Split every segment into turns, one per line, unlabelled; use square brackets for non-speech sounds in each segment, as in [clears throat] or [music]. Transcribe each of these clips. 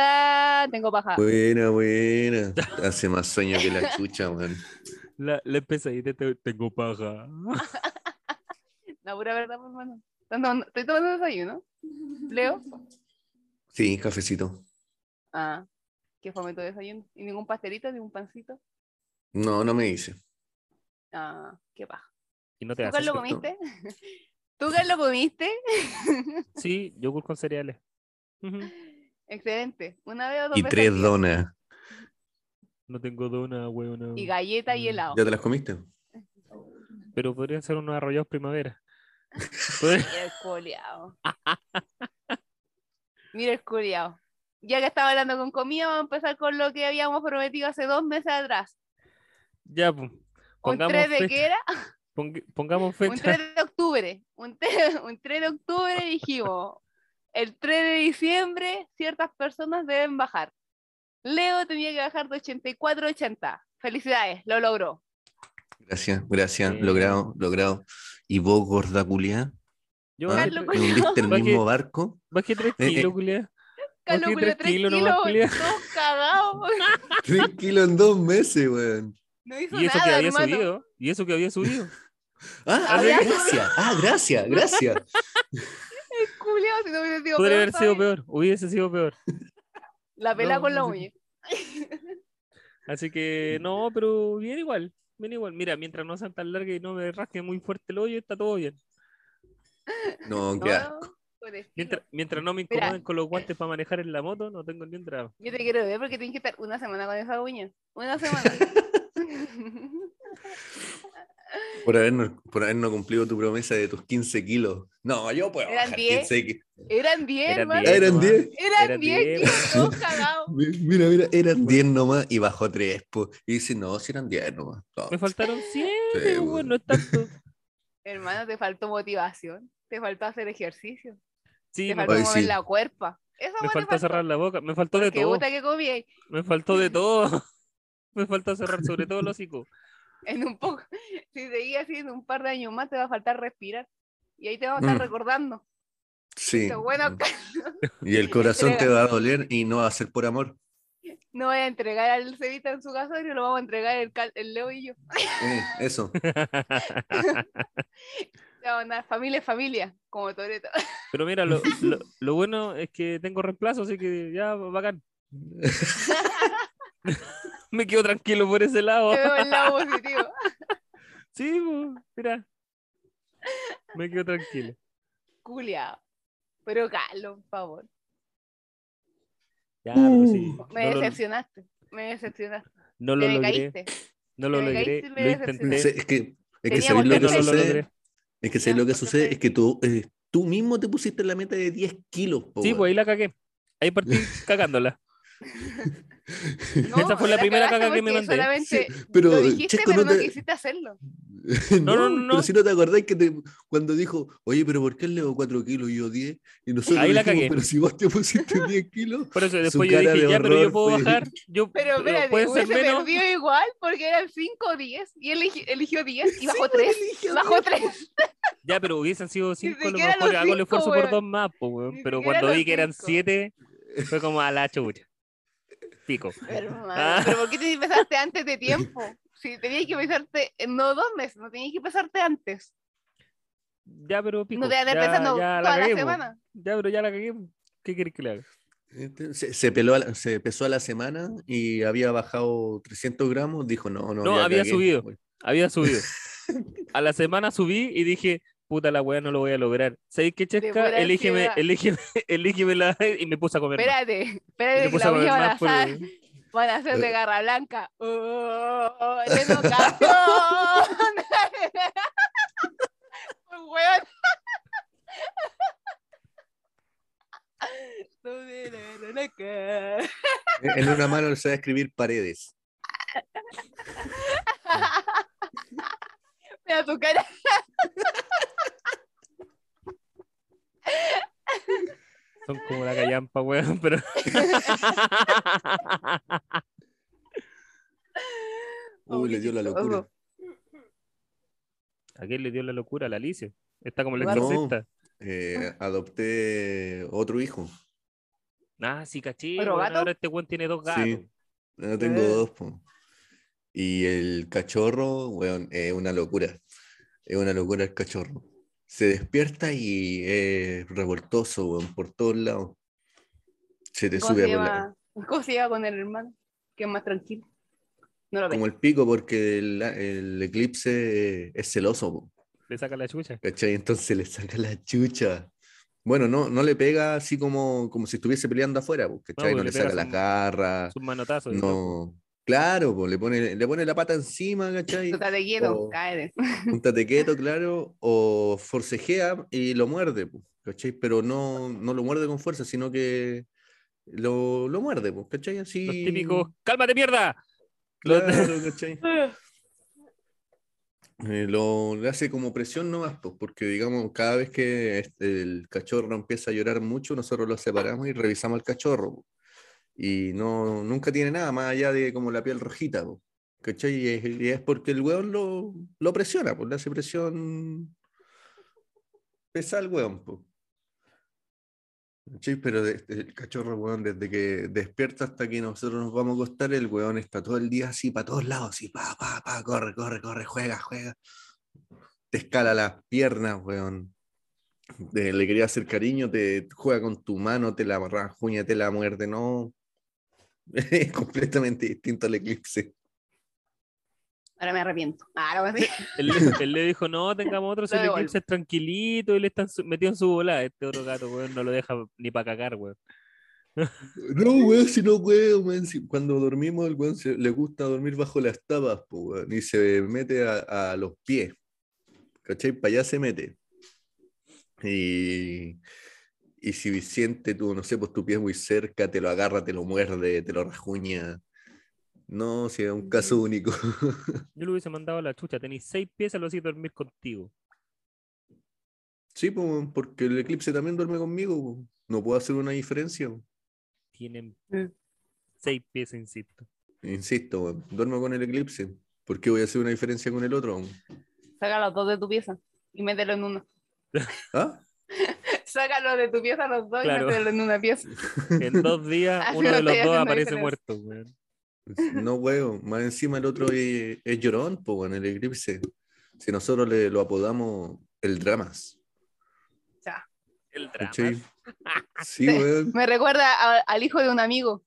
paja, tengo paja. [laughs]
Buena, buena. Hace más sueño que la chucha, weón.
La, la pesadita te- tengo paja.
Ah, La pura verdad, por mano. Están tomando- Estoy tomando desayuno. Leo.
Sí, cafecito.
Ah, qué fome tu desayuno. Y ningún pastelito, ningún pancito.
No, no me dice.
Ah, qué paja.
[laughs] Y no te
¿Tú, Carlos,
haces.
comiste? [laughs] ¿Tú, Carlos, comiste?
Sí, yogur con cereales. Ujú.
Excelente. Una vez o dos
Y
veces
tres
al día.
donas.
No tengo dona, weón.
Y galleta y
Mm,
helado.
¿Ya te las comiste?
Pero podrían ser unos arrollados primavera. Podría- [laughs]
Mira el culiao. Mira el culiao. Ya que estaba hablando con comida, vamos a empezar con lo que habíamos prometido hace dos meses atrás.
ya, po.
¿Un
pongamos
3 de
fecha.
qué era?
Pong- pongamos
Un
fecha.
3 de octubre. Un, tre- [laughs] un 3 de octubre dijimos, el 3 de diciembre ciertas personas deben bajar. Leo tenía que bajar de 84 a 80. Felicidades, lo logró.
Gracias, gracias.
Sí.
Logrado, logrado. ¿Y vos,
[laughs]
gorda culia?
Yo
¿Ah?
Carlos,
¿Me hundiste el
Bajé-
mismo barco?
bajé 3
Eh, eh.
kilos, culia.
Carlos,
Ok,
culiao,
tres
tres
kilos
kilos,
nomás, culiao.
todos cagados. [laughs]
Tres kilos en dos meses, weón.
No hizo
Y eso que
nada,
había
hermano.
subido. Y eso que había subido.
Ah, ah,
Había-
gracias. Ah, gracias, gracias.
[laughs] El [laughs] culiao, si no hubiese sido peor
Podría haber sido
todavía.
peor. Hubiese sido peor.
La pela
No,
con la
no sé.
uña.
Así que no, pero bien igual. Bien igual. Mira, mientras no sean tan largas y no me rasque muy fuerte el hoyo, está todo bien.
No,
No,
qué asco.
pobrecito.
Mientras, mientras no me
Mira.
incomoden con los guantes para manejar en la moto, no tengo ni un drama.
Yo te quiero ver porque tienes que estar una semana con esa uña. Una
[laughs]
semana. [laughs]
Por haber, no, por haber no cumplido tu promesa de tus 15 kilos. No, yo puedo.
Eran
bajar
10.
15 kilos.
Eran 10,
Eran
hermano.
Ah, eran
nomás.
10.
Eran
Eran
10
diez,
kilos,
[laughs]
todos cagados.
Mi- Mira, mira, eran 10 nomás y bajó 3. Y dice, no, si eran 10 nomás. No.
Me faltaron 100,
Sí, weón.
weón, no es
[laughs]
tanto.
Hermano, te faltó motivación. Te faltó hacer ejercicio.
Sí,
Te
me,
faltó
Ay,
mover
sí.
la cuerpa. Eso
me faltó cerrar la boca, me faltó de
Qué
todo.
puta que comí ahí.
Me faltó de todo. [laughs] Me faltó cerrar sobre todo el hocico.
en un poco. [laughs] Si seguís así en un par de años más, te va a faltar respirar. Y ahí te vamos a estar
Mm.
recordando.
Sí. Mm.
Pero
Mm.
bueno,
Y el corazón te
entrega.
va a doler y no va a ser por amor.
[laughs] no voy a entregar al Cevita en su casa, sino lo vamos a entregar el, cal- el Leo y yo.
Eh,
[laughs]
eso.
Ya van a- familia es familia, como Toreto. [laughs]
Pero mira, lo, lo- lo bueno es que tengo reemplazo, así que ya, bacán. [laughs] Me quedo tranquilo por ese lado.
Te veo el
[laughs]
lado positivo.
Sí, po, mira. Me quedo tranquilo.
Culiao. Pero Carlos, por favor.
Ya, pero sí.
Uh, Me
no lo-
decepcionaste. Me decepcionaste.
No
Te
lo
me
logré.
caíste.
No lo
Te me
logré.
caíste y me
Lo
decepcionaste.
intenté.
Sí, Es que, es que
Teníamos
sabéis lo
pero
que
que
no lo
hacer-
sucede.
logré.
Es que sabéis
Teníamos
lo que
que
sucede.
hacer-
Es que tú, eh, tú mismo te pusiste la meta de 10 kilos. po,
Sí,
Oh, weón. [laughs]
pues ahí la cagué. Ahí partí cagándola. [laughs] Esa fue la primera
cagaste
caca que me
porque
mandé.
Solamente
pero,
lo dijiste,
chico,
pero
no
no,
te-
quisiste hacerlo.
No,
no, no.
Pero si no te acordáis que te- cuando dijo, oye, pero ¿por qué Leo 4 kilos y yo 10? Y nosotros
Ahí la
dijimos,
cagué.
pero si vos te pusiste 10 kilos.
Por eso después yo
cara
dije,
de
ya, pero yo
horror
puedo
fue- [laughs]
bajar. Yo,
Pero espérate,
puede ser
hubiese
menos.
perdido igual porque eran 5 o 10 y él eligi- eligió 10 y
Sí,
bajó
pues,
[laughs] 3.
eligió
Bajó 3.
Ya, pero hubiesen sido cinco, a lo
siquiera los
mejor hago el
cinco,
esfuerzo
weón.
por dos más, po, weón.
Ni
Pero
siquiera
cuando
los
vi que eran
cinco.
[laughs]
siete, fue como a la chucha. Pico.
Hermano,
Ah.
[laughs] pero ¿por qué te empezaste antes de tiempo? Si tenías que pesarte, eh, no dos meses, no tenías que pesarte antes.
Ya, pero pico.
no te vas a
ya,
estar pensando
ya
toda la
cagué, po.
semana.
Ya, pero ya la cagué. po. ¿Qué querés que le haga?
Entonces, Este, Se, se peló a la- se pesó a la semana y había bajado 300 gramos. Dijo, no, pues". no.
No,
ya
había
cagué".
subido. Había
[laughs]
subido. A la semana subí y dije, puta la weá, no lo voy a lograr. ¿Sabéis qué, Chesca?
pura
Elígeme,
ansiedad.
[laughs] elígeme, elígeme la... Y me puse a comer más.
Espérate,
Y
espérate
me
que
puse
la
a
voy
comer
a
más pues, por-
abrazar. Van a hacer de garra [laughs] blanca. ¡Oh, oh, oh, ¡Eres un [laughs] campeón! Un hueón. No me la dieron acá.
E, En una mano él sabe escribir paredes.
[laughs] Mira tu cara.
Son como la callampa, weón,
[laughs]
pero...
Uy, le dio la
Pobrecito.
locura.
¿A quién le dio la locura? A la Alicia. Está como el
No.
exorcista.
Eh, adopté otro hijo.
Ah, sí, caché.
¿Pero
weón,
gato?
ahora este weón tiene dos gatos.
Sí. Yo tengo
Eh.
dos, po. Y el cachorro, weón, es una locura. Es una locura el cachorro. Se despierta y es revoltoso, weón, por todos lados. Se te
¿Cómo
sube
se,
a volar.
llama, ¿Cómo se lleva con el hermano? Que es más tranquilo. No lo ve.
Como el pico, porque el, el eclipse es celoso, po,
Le saca la chucha.
¿cachai? Entonces le saca la chucha. Bueno, no, no le pega así como, como si estuviese peleando afuera, po, ¿cachai?
pues,
No,
le
le,
pega
saca la
su-
garra.
Sus manotazos. y todo.
No. Claro, po, le pone, le pone la pata
[laughs]
encima, ¿cachai?
Tú te quieto, [laughs]
O-
cállate.
Puntate quieto, claro, o forcejea y lo muerde, po, ¿cachai? Pero no, no lo muerde con fuerza, sino que lo, lo muerde, po, ¿cachai? Así.
Los típicos. ¡Cálmate, mierda! los-
Claro, ¿cachai? Eh, lo, le hace como presión nomás, pues, porque digamos, cada vez que este- el cachorro empieza a llorar mucho, nosotros lo separamos y revisamos al cachorro. po. Y no, nunca tiene nada más allá de como la piel rojita, po, ¿cachai? Y es, y es porque el weón lo, lo presiona, pues le hace presión pesa al weón, po. ¿Cachai? Pero de- este, el cachorro, weón, desde que despierta hasta que nosotros nos vamos a acostar, el weón está todo el día así, para todos lados, así, pa, pa, pa, corre, corre, corre, juega, juega. Te escala las piernas, weón. Te- le quería hacer cariño, te juega con tu mano, te la rajuña, te la muerde, no. [laughs] Es completamente distinto al eclipse.
Ahora me arrepiento. Ah, algo [laughs] así.
[laughs] Él, él le dijo, no, tengamos otro, si
Lo
el
devuelvo.
eclipse es tranquilito, y le están su- metido en su volada. Este otro gato, weón, no lo deja ni para cagar, weón.
No, weón, si no, weón, weón, si- cuando dormimos, el weón se- le gusta dormir bajo las tapas, po, weón, y se mete a, a los pies. ¿Cachai? Para allá se mete. Y, y si siente tú, no sé, pues tu pie muy cerca, te lo agarra, te lo muerde, te lo rajuña. No, si es un caso único. [laughs]
Yo le hubiese mandado a la chucha, tenéis seis piezas, lo hacía dormir contigo.
Sí, po, weón, porque el eclipse también duerme conmigo, po. No puedo hacer una diferencia. po.
Tienen
Mm.
seis piezas, insisto.
Insisto, weón, duermo con el eclipse. ¿Por qué voy a hacer una diferencia con el otro? weón?
Saca los dos de tu pieza y mételo en una.
¿Ah?
Sácalos de tu pieza los dos y
Claro.
mételo en una pieza.
En dos días,
Así
uno
no
de los
estoy
dos
haciendo
aparece
diferencia.
muerto, weón.
No, huevo, más encima el otro es, es llorón, po, en el eclipse. Si nosotros le, lo apodamos el dramas.
Ya.
El drama.
¿cachai? Sí,
[laughs]
Sí.
weón.
Me recuerda a- al hijo de un amigo.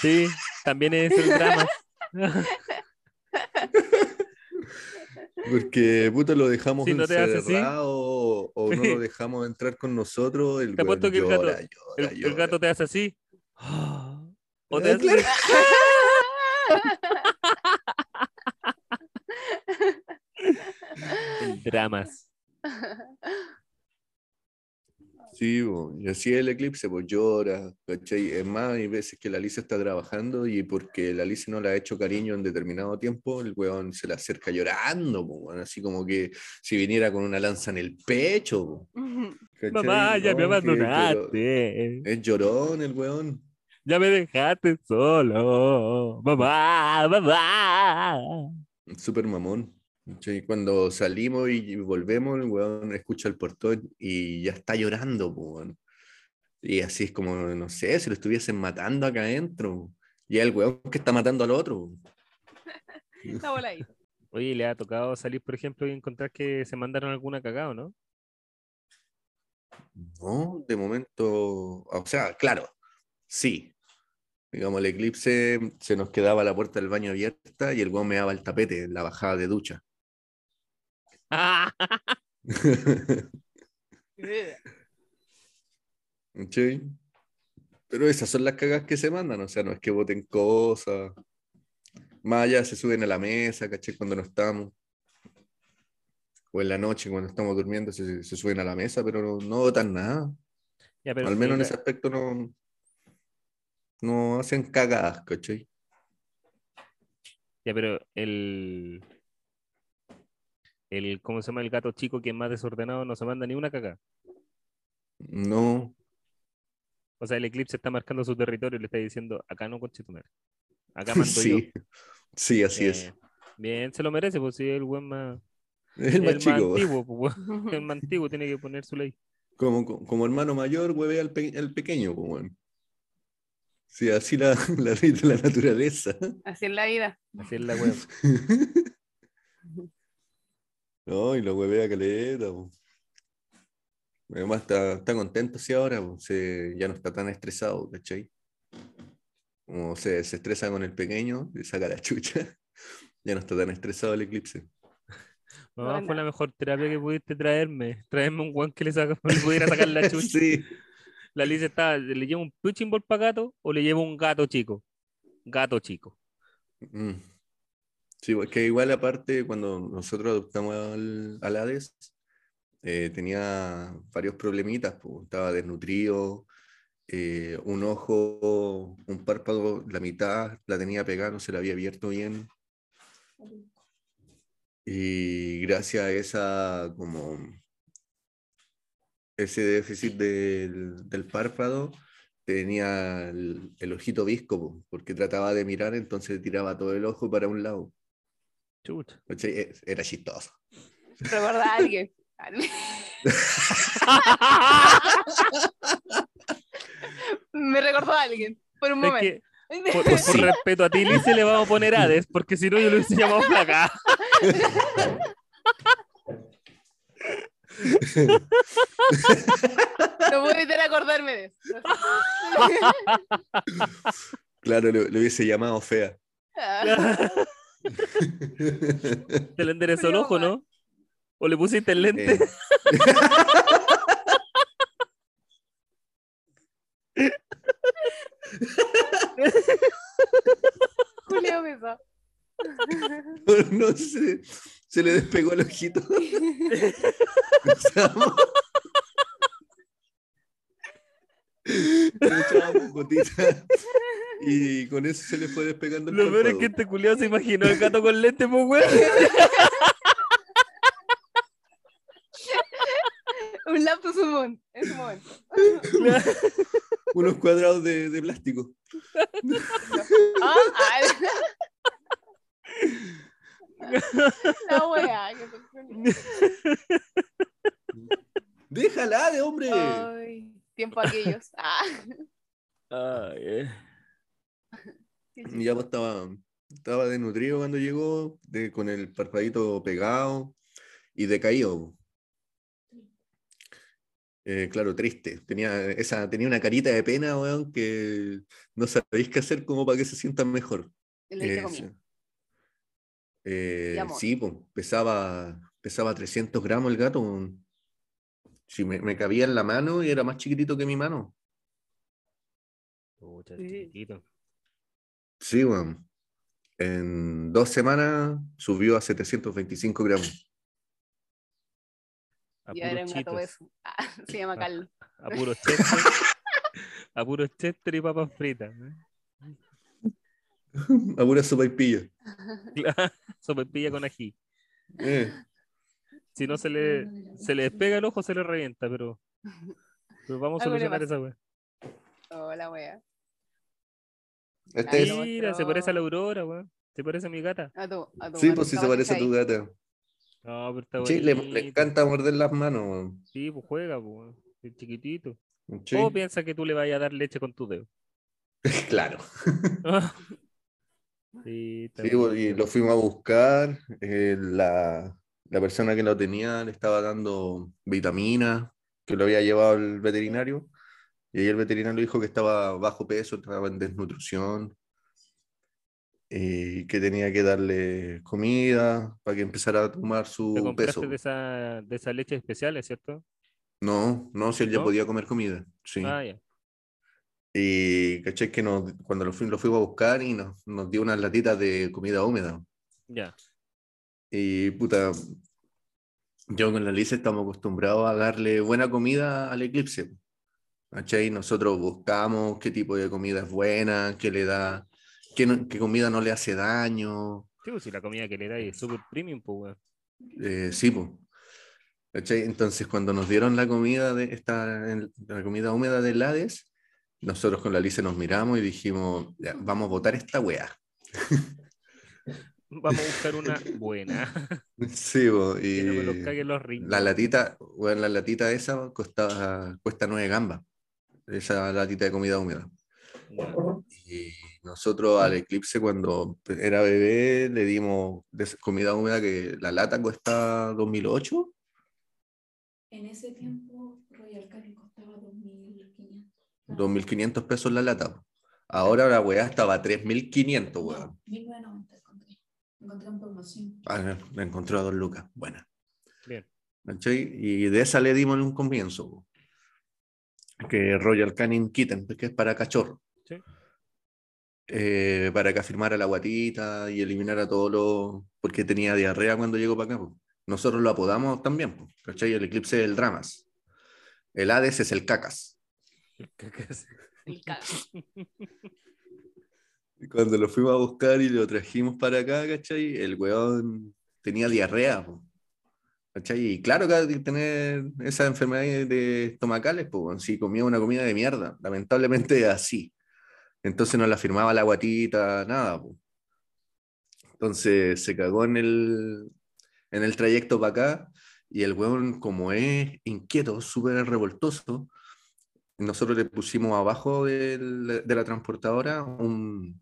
Sí, también es el
[laughs]
drama.
Porque puta lo dejamos
Si no te hace así.
encerrado o, o no
[laughs]
lo dejamos entrar con nosotros. El
Te
weón
apuesto que el gato-
llora,
El,
llora,
el
llora.
gato te hace así. [gasps] O te
Ah,
hace
claro.
así. [laughs] El dramas.
Sí, bo, y así es el eclipse, pues llora, ¿cachai? Es más, hay veces que la Lisa está trabajando y porque la Lisa no le ha hecho cariño en determinado tiempo, el weón se le acerca llorando, po, weón, así como que si viniera con una lanza en el pecho, po, ¿cachai?
Mamá,
No, que-
ya me
que lo-
abandonaste.
Es llorón el weón.
Ya me dejaste solo. Mamá, mamá.
Súper mamón. ¿cachai? Cuando salimos y volvemos, el weón escucha el portón y ya está llorando, po, weón. Y así es como, no sé, si lo estuviesen matando acá adentro. Y es el weón que está matando al otro.
Está bola ahí.
Oye, le ha tocado salir, por ejemplo, y encontrar que se mandaron alguna cagada, ¿o ¿no? [laughs]
No, de momento, o sea, claro, sí. Digamos, el eclipse se nos quedaba la puerta del baño abierta y el weón me daba el tapete en la bajada de ducha. [laughs] ¿Cachai? Pero esas son las cagas que se mandan, o sea, no es que voten cosas. Más allá se suben a la mesa, ¿cachai? Cuando no estamos. O en la noche, cuando estamos durmiendo, se, se suben a la mesa, pero no, no votan nada.
Ya, pero
Al
sí,
menos en
ca-
ese aspecto no, no hacen cagadas, ¿cachai?
Ya, pero el. El, ¿cómo se llama? El gato chico que es más desordenado no se manda ni una cagada.
No,
O sea, el eclipse está marcando su territorio y le está diciendo, acá no, conchetumar.
[laughs]
Acá mando
sí, Eh, sí, así es.
Bien. Bien, se lo merece, pues si es el buen más,
Es el más chico. [laughs]
antiguo, pues, weón. el más antiguo tiene que poner su ley.
Como, co- como hermano mayor, hueve al, pe- al pequeño, pues, weón. Sí, así la, [laughs] la ley de la naturaleza.
Así es la vida.
Así es la
[laughs]
wea.
[laughs] No, y lo huevea caleta, po. Además está, está contento sí ahora, po, se- ya no está tan estresado, ¿cachai? Como se, se estresa con el pequeño, le saca la chucha, [laughs] ya no está tan estresado el eclipse.
Mamá,
Buena.
fue la mejor terapia que pudiste traerme. Traerme un guan que le, saca, [laughs] le pudiera
[laughs]
sacar la chucha.
Sí,
La Liz estaba, ¿le llevo un punching ball para gato o le llevo un gato chico? Gato chico.
Mm. Sí, pues, que igual aparte cuando nosotros adoptamos al, al Hades, eh, tenía varios problemitas, pues, estaba desnutrido, eh, un ojo, un párpado, la mitad la tenía pegada, no se la había abierto bien. Y gracias a esa, como, ese déficit del, del párpado, tenía el, el ojito visco, po, porque trataba de mirar, entonces tiraba todo el ojo para un lado.
Chucha.
¿cachai? E- Era chistoso.
Recordar a alguien. Me recordó a alguien. Por un
Es
momento.
que,
[laughs]
por, por respeto a ti, Liz, le vamos a poner Hades, porque si no yo lo
[laughs]
hubiese llamado [laughs] placa.
[laughs] No puedo evitar acordarme de eso.
[laughs]
Claro, le, le hubiese llamado fea.
Ah. Te le enderezó el ojo, ¿no? ¿O le pusiste el lente?
Eh, [laughs]
Julio Mesa.
no sé, se le despegó el ojito. [laughs] Pensamos. Le echábamos gotita y con eso se le fue despegando el
Lo peor es
párpado.
que este culiado se imaginó el gato con lente, pues, güey.
[laughs] Un lapsus humón. Es humón.
Unos cuadrados de, de plástico.
Ah, ay. La
ah.
wea. que fue-
¡Déjala de hombre!
Ay, tiempo aquellos. Ah,
Ay, eh.
qué
Y ya pues, estaba, estaba desnutrido cuando llegó, de- con el parpadito pegado y decaído. Eh, claro, triste. Tenía, esa, tenía una carita de pena, weón, que no sabéis qué hacer como para que se sientan mejor.
Le hice
Eh,
comida.
sí. Eh,
Y amor.
sí, pues, pesaba, pesaba 300 gramos el gato. weón. Sí, me, me cabía en la mano y era más chiquitito que mi mano.
Pucha,
Sí.
chiquitito.
Sí, weón. En dos semanas subió a 725 gramos.
A
Ya era
puros
un gato
chitos.
beso. Ah, se llama Carlos.
A puros
[laughs]
chester. A puros chester y papas fritas. ¿eh?
A pura sopa y pilla.
Claro, [laughs] Sopepilla con ají.
Eh,
Si no se le, se le despega el ojo, se le revienta, pero, pero vamos a
Algo le
solucionar
pasa.
esa weá.
Oh, la wea.
este es-
Ay,
Mira, se
otro.
parece a la aurora, weón. ¿Te parece a mi gata?
A tu, a tu
Sí,
gato,
pues sí se
estaba
parece a tu
cachai.
gata.
No, pero está
Sí, le, le
bonito.
encanta morder las manos. weón.
Sí, pues juega, pues, weón. Es chiquitito.
Sí,
O piensa que tú le vayas a dar leche con tu dedo. [laughs]
claro.
sí, está
Sí,
bonito.
pues, y lo fuimos a buscar. eh, la, la persona que lo tenía le estaba dando vitaminas que lo había llevado el veterinario. Y ahí el veterinario dijo que estaba bajo peso, estaba en desnutrición. Y que tenía que darle comida para que empezara a tomar
Te
su
compraste
peso.
de esa, de esas leches especiales, ¿cierto?
No, no, si él ya
¿No?
podía comer comida. Sí.
Ah, ya.
Y caché que nos, cuando lo, fui- lo fuimos a buscar y nos, nos dio unas latitas de comida húmeda.
Ya.
Y puta, yo con la Lisa estamos acostumbrados a darle buena comida al eclipse. ¿Cachai? Nosotros buscamos qué tipo de comida es buena, qué le da, qué, no- qué comida no le hace daño.
Sí, pues si la comida que le dais es súper premium, pues, weón. [laughs]
Eh, sí, po. ¿Cachai? Entonces, cuando nos dieron la comida de esta, en- la comida húmeda de Hades, nosotros con la Lice nos miramos y dijimos, "Ya, vamos a botar esta weá.
Vamos a buscar una buena.
[laughs]
[laughs]
Sí, bo,
que no me los
y
caguen los rings.
la latita, weón, la latita esa costaba, cuesta nueve gambas. Esa latita de comida húmeda. Y nosotros al Eclipse, cuando era bebé, le dimos des- comida húmeda que la lata cuesta 2008.
En ese tiempo, Royal Canin costaba 2.500.
2.500 pesos la lata. po. Ahora la weá estaba a 3.500, weón.
No, 1990 encontré. Encontré en promoción.
Ah, la encontró a Don Lucas. Buena.
Bien.
¿Cachai? Y de esa le dimos en un comienzo. po. Que Royal Canin Kitten, que es para cachorro.
Sí.
Eh, para que afirmara la guatita y eliminara todo lo. Porque tenía diarrea cuando llegó para acá. po. Nosotros lo apodamos también. po, ¿Cachai? El eclipse es el Dramas. El Hades es el Cacas.
El cacas.
El cago.
Y Cuando lo fuimos a buscar y lo trajimos para acá, ¿cachai? El weón tenía diarrea, po. ¿cachai? Y claro que hay que tener esas enfermedades de estomacales, pues, si comía una comida de mierda, lamentablemente [laughs] así. Entonces no la firmaba la guatita, nada, po. Entonces se cagó en el, en el trayecto para acá y el weón, como es inquieto, súper revoltoso, nosotros le pusimos abajo del- de la transportadora un.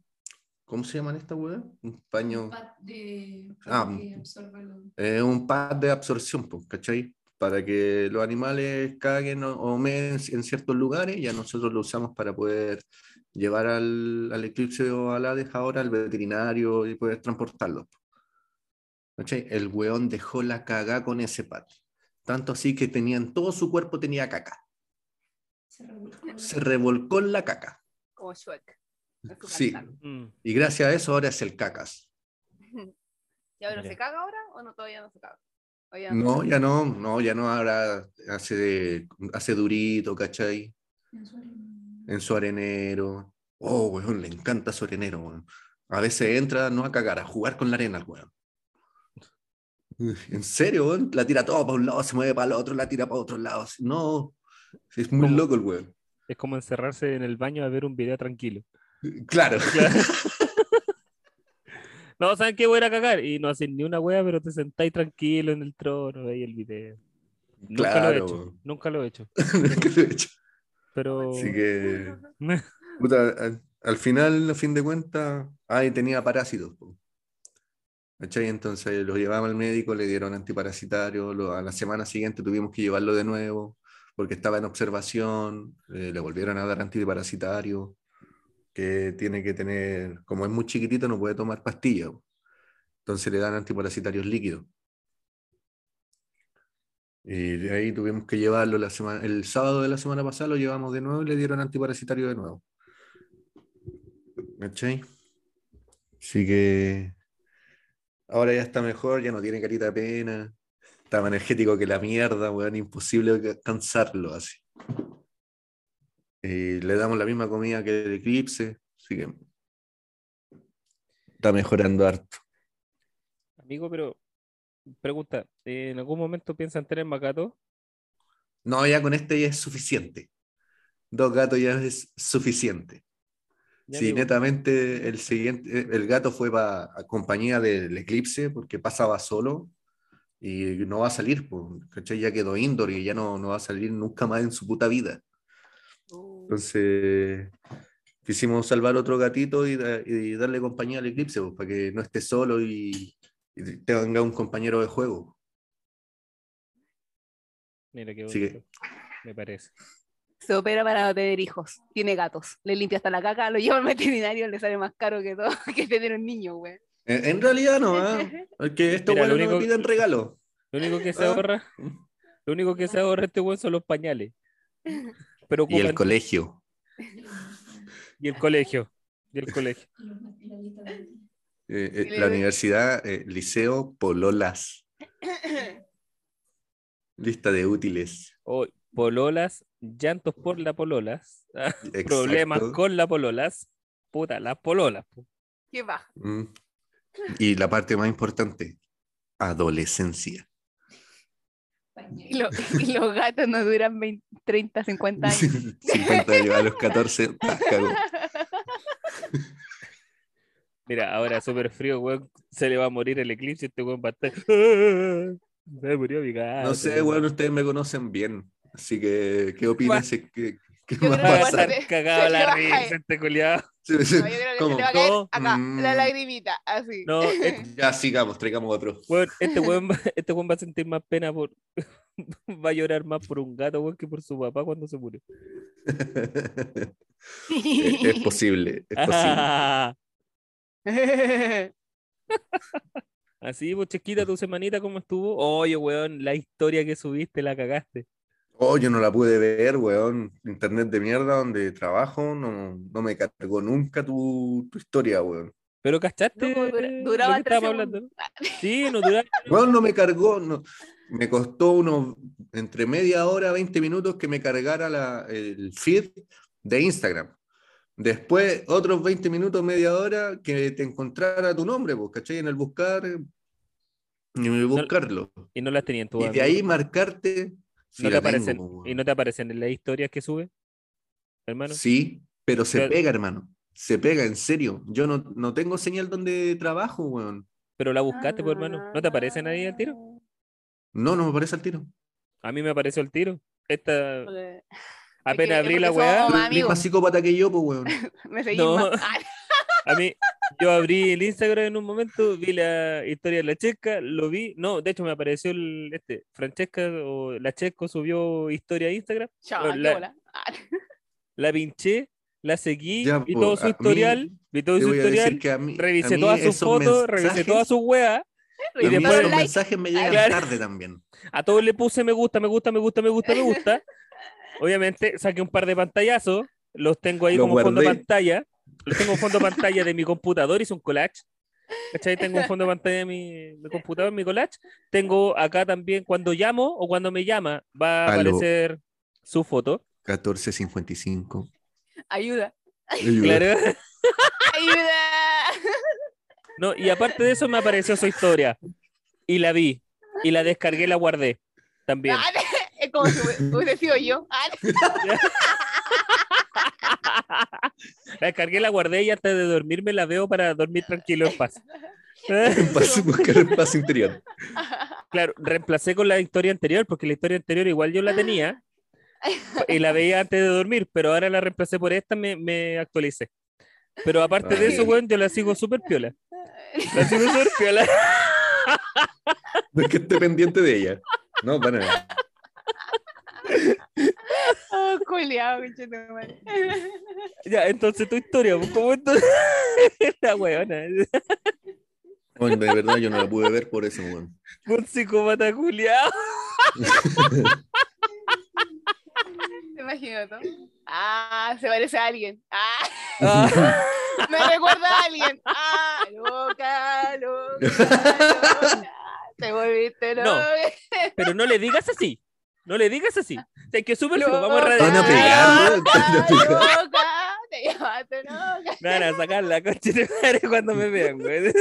¿Cómo se llaman estas weas? Un paño.
Pat de.
Ah,
que absorbe los-
eh, un pad de absorción, po, ¿cachai? Para que los animales caguen o, o meen en ciertos lugares y a nosotros lo usamos para poder llevar al, al eclipse o al Hades ahora al veterinario y poder transportarlos. po. ¿Cachai? El weón dejó la caga con ese pad. Tanto así que tenían todo su cuerpo tenía caca.
Se revolcó.
Se revolcó en la caca.
Como Shrek. en su
Sí.
pantano.
Mm.
Y gracias a eso ahora es el cacas.
¿Y ahora
Mira.
se caga ahora o no todavía no se caga? O ya
No, ya no, no, ya no, ahora hace, hace durito, ¿cachai?
En su arena.
En su arenero. Oh, weón, le encanta su arenero, weón. A veces entra no a cagar, a jugar con la arena, el weón. En serio, weón, la tira todo para un lado, se mueve para el otro, la tira para otro lado. No, es muy
¿Cómo?
loco el weón.
Es como encerrarse en el baño a ver un video tranquilo.
Claro, [laughs]
Claro. [laughs] No, ¿saben qué? Voy a ir a cagar. Y no hacen ni una wea, pero te sentáis tranquilo en el trono, veis el video. Nunca lo he
claro,
hecho.
weón. [laughs]
Nunca lo he hecho.
Nunca lo he hecho.
Pero.
Así que, puta, al, al final, a fin de cuentas, ahí tenía parásitos. po. ¿Cachai? Entonces lo llevamos al médico, le dieron antiparasitario, lo- a la semana siguiente tuvimos que llevarlo de nuevo porque estaba en observación, eh, le volvieron a dar antiparasitario, que tiene que tener, como es muy chiquitito, no puede tomar pastillas. po. Entonces le dan antiparasitarios líquidos. Y de ahí tuvimos que llevarlo la semana, el sábado de la semana pasada lo llevamos de nuevo y le dieron antiparasitario de nuevo. ¿Cachai? Así que ahora ya está mejor, ya no tiene carita de pena, está más energético que la mierda, weón, imposible ca- cansarlo así. Y le damos la misma comida que el eclipse, así que está mejorando harto.
Amigo, pero. Pregunta: ¿eh, ¿en algún momento piensan tener macato?
No, ya con este ya es suficiente. Dos gatos ya es suficiente.
Ya,
Sí,
amigo.
netamente el siguiente, eh, el gato fue para compañía del eclipse porque pasaba solo y no va a salir, po, ¿cachai? Ya quedó indoor y ya no, no va a salir nunca más en su puta vida.
Uh,
Pues Entonces quisimos salvar otro gatito y, da- y darle compañía al eclipse po, para que no esté solo y, y tenga un compañero de juego.
Mira qué
Sigue.
bonito. Me parece.
Se opera para no tener hijos. Tiene gatos. Le limpia hasta la caca, lo lleva al veterinario, le sale más caro que todo [laughs] que tener un niño, güey.
En, en realidad no, ¿ah? Porque esto
Mira, lo
bueno, no me
único-
piden regalo.
Lo único que se
Ah.
ahorra. Lo único que se ahorra este weón son los pañales. Pero
Y el
ocupan-
colegio.
Y los-
y el colegio. Y el colegio.
y los- y la lista de-
Eh, eh,
Y le
la
doy-
universidad, eh, liceo, pololas. Lista de útiles.
Hoy, pololas, llantos por la pololas. Ah,
Exacto.
problemas con la pololas. Puta, las pololas. po.
[laughs] ¿Qué baja?
Mm. Y la parte más importante, adolescencia.
Y,
pañales.
lo- y los gatos no duran 20, 30,
[laughs]
50 años.
50 años, a los 14, ah, cagó.
Mira, ahora súper frío, weón. Se le va a morir el eclipse. Este weón va a estar. Se me murió mi gato.
No sé, weón, ustedes me conocen bien. Así que, ¿qué
Va-
opinan? si es que, ¿Qué
Yo
va a
creo que
Va a
va a
pasar?
ser-
estar cagado
se le va
la
a
risa
caer.
este culiado.
Sí, sí,
[laughs] No, yo creo que se
como,
le va a caer
todo,
acá, la
mm.
lagrimita, así. [laughs]
No, este
Ya, sigamos, traigamos otro. [laughs]
weón, este weón, va- este weón va a sentir más pena por. [laughs] va a llorar más por un gato, weón, que por su papá cuando se murió.
Eh, es posible, es
[laughs]
posible.
Ah. Así, pues, chiquita, tu semanita, ¿cómo estuvo? Oye, weón, la historia que subiste la cagaste.
Oh, yo no la pude ver, weón. Internet de mierda donde trabajo, no, no me cargó nunca tu, tu historia, weón.
Pero cachaste.
Loco, dura-
eh,
duraba
lo que
tres
estábamos hablando? Sí, no
[laughs]
duraba.
Weón, no me cargó, no. me costó unos entre media hora, 20 minutos que me cargara la- el feed de Instagram. Después, otros 20 minutos, media hora, que te encontrara tu nombre, pues, ¿cachai? En el buscar, en el buscarlo.
Y no las tenía en tu
Y de
amigo.
ahí marcarte. si
no te
la tengo,
aparecen,
po, weón.
y no te aparecen en las historias que sube, hermano.
Sí, pero se
Pero-
pega, hermano. Se pega, en serio. Yo no, no tengo señal donde trabajo, weón.
Pero la buscaste, pues, hermano. ¿No te aparecen ahí al tiro?
No, no me aparece al tiro.
A mí me apareció el tiro. Esta,
Porque
apenas
es
abrí la
porque
weá.
somos- Toma,
Eres
amigo.
más psicópata que yo, pues, weón.
Me seguís
No.
más. Ah,
A mí, yo abrí el Instagram en un momento, vi la historia de la Checa, lo vi. No, de hecho me apareció el, este, Francesca o la Checo subió historia a Instagram,
chao,
Bueno,
qué
la-
bola. Ah,
la pinché, la seguí,
Ya,
vi
po,
todo
a
su
mí-
historial, vi todo
Te
su
voy a decir
historial,
que a mí, a
revisé
mí
todas sus
esos
fotos, revisé
mensajes-
todas sus weas,
a
y
mí
después-
esos
Like.
mensajes me llegan
Claro.
tarde también.
a todos le puse me gusta, me gusta, me gusta, me gusta, me
[laughs]
gusta. Obviamente saqué un par de pantallazos, los tengo ahí
Los
como fondo
guardé.
pantalla, los tengo
[laughs]
fondo pantalla de mi computador, hice un collage. ¿Cachai? Tengo un fondo de pantalla de mi, mi computador, mi collage. Tengo acá también cuando llamo o cuando me llama, va a
Aló.
aparecer su foto.
14.55.
ayuda,
Ayuda.
Claro. [laughs]
ayuda.
No, y aparte de eso me apareció su historia. Y la vi. Y la descargué, la guardé. También.
Ah, [laughs] es como si hubie- hubiese sido yo. Ah, [laughs]
La descargué, la guardé y antes de dormirme la veo para dormir tranquilo en paz.
Paso- [laughs] buscar el paso interior.
Claro, reemplacé con la historia anterior, porque la historia anterior igual yo la tenía y la veía antes de dormir, pero ahora la reemplacé por esta, me, me actualicé. Pero aparte de eso,
Ay.
weón, yo la sigo súper piola. La sigo súper piola.
No es que esté pendiente de ella. No, para nada.
oh, culiao, [laughs] conchetumare.
Ya, entonces tu [laughs] historia, pues, ¿cómo entonces? La weona.
Bueno, de verdad yo no la pude ver por eso, weón.
Un psicópata culiao.
Te imagino, ¿no? Ah, se parece a alguien. Ah, [laughs]
Ah,
me recuerda a alguien. Ah, loca, loca, loca. Te volviste
No.
loca.
pero no le digas así. No le digas así. O sea, que es súper feo, Vamos a
Loca,
Van a pegar, weón, te van a pegar.
Loca, te llamaste loca.
Me van a sacar la concha de madre cuando me vean, güey.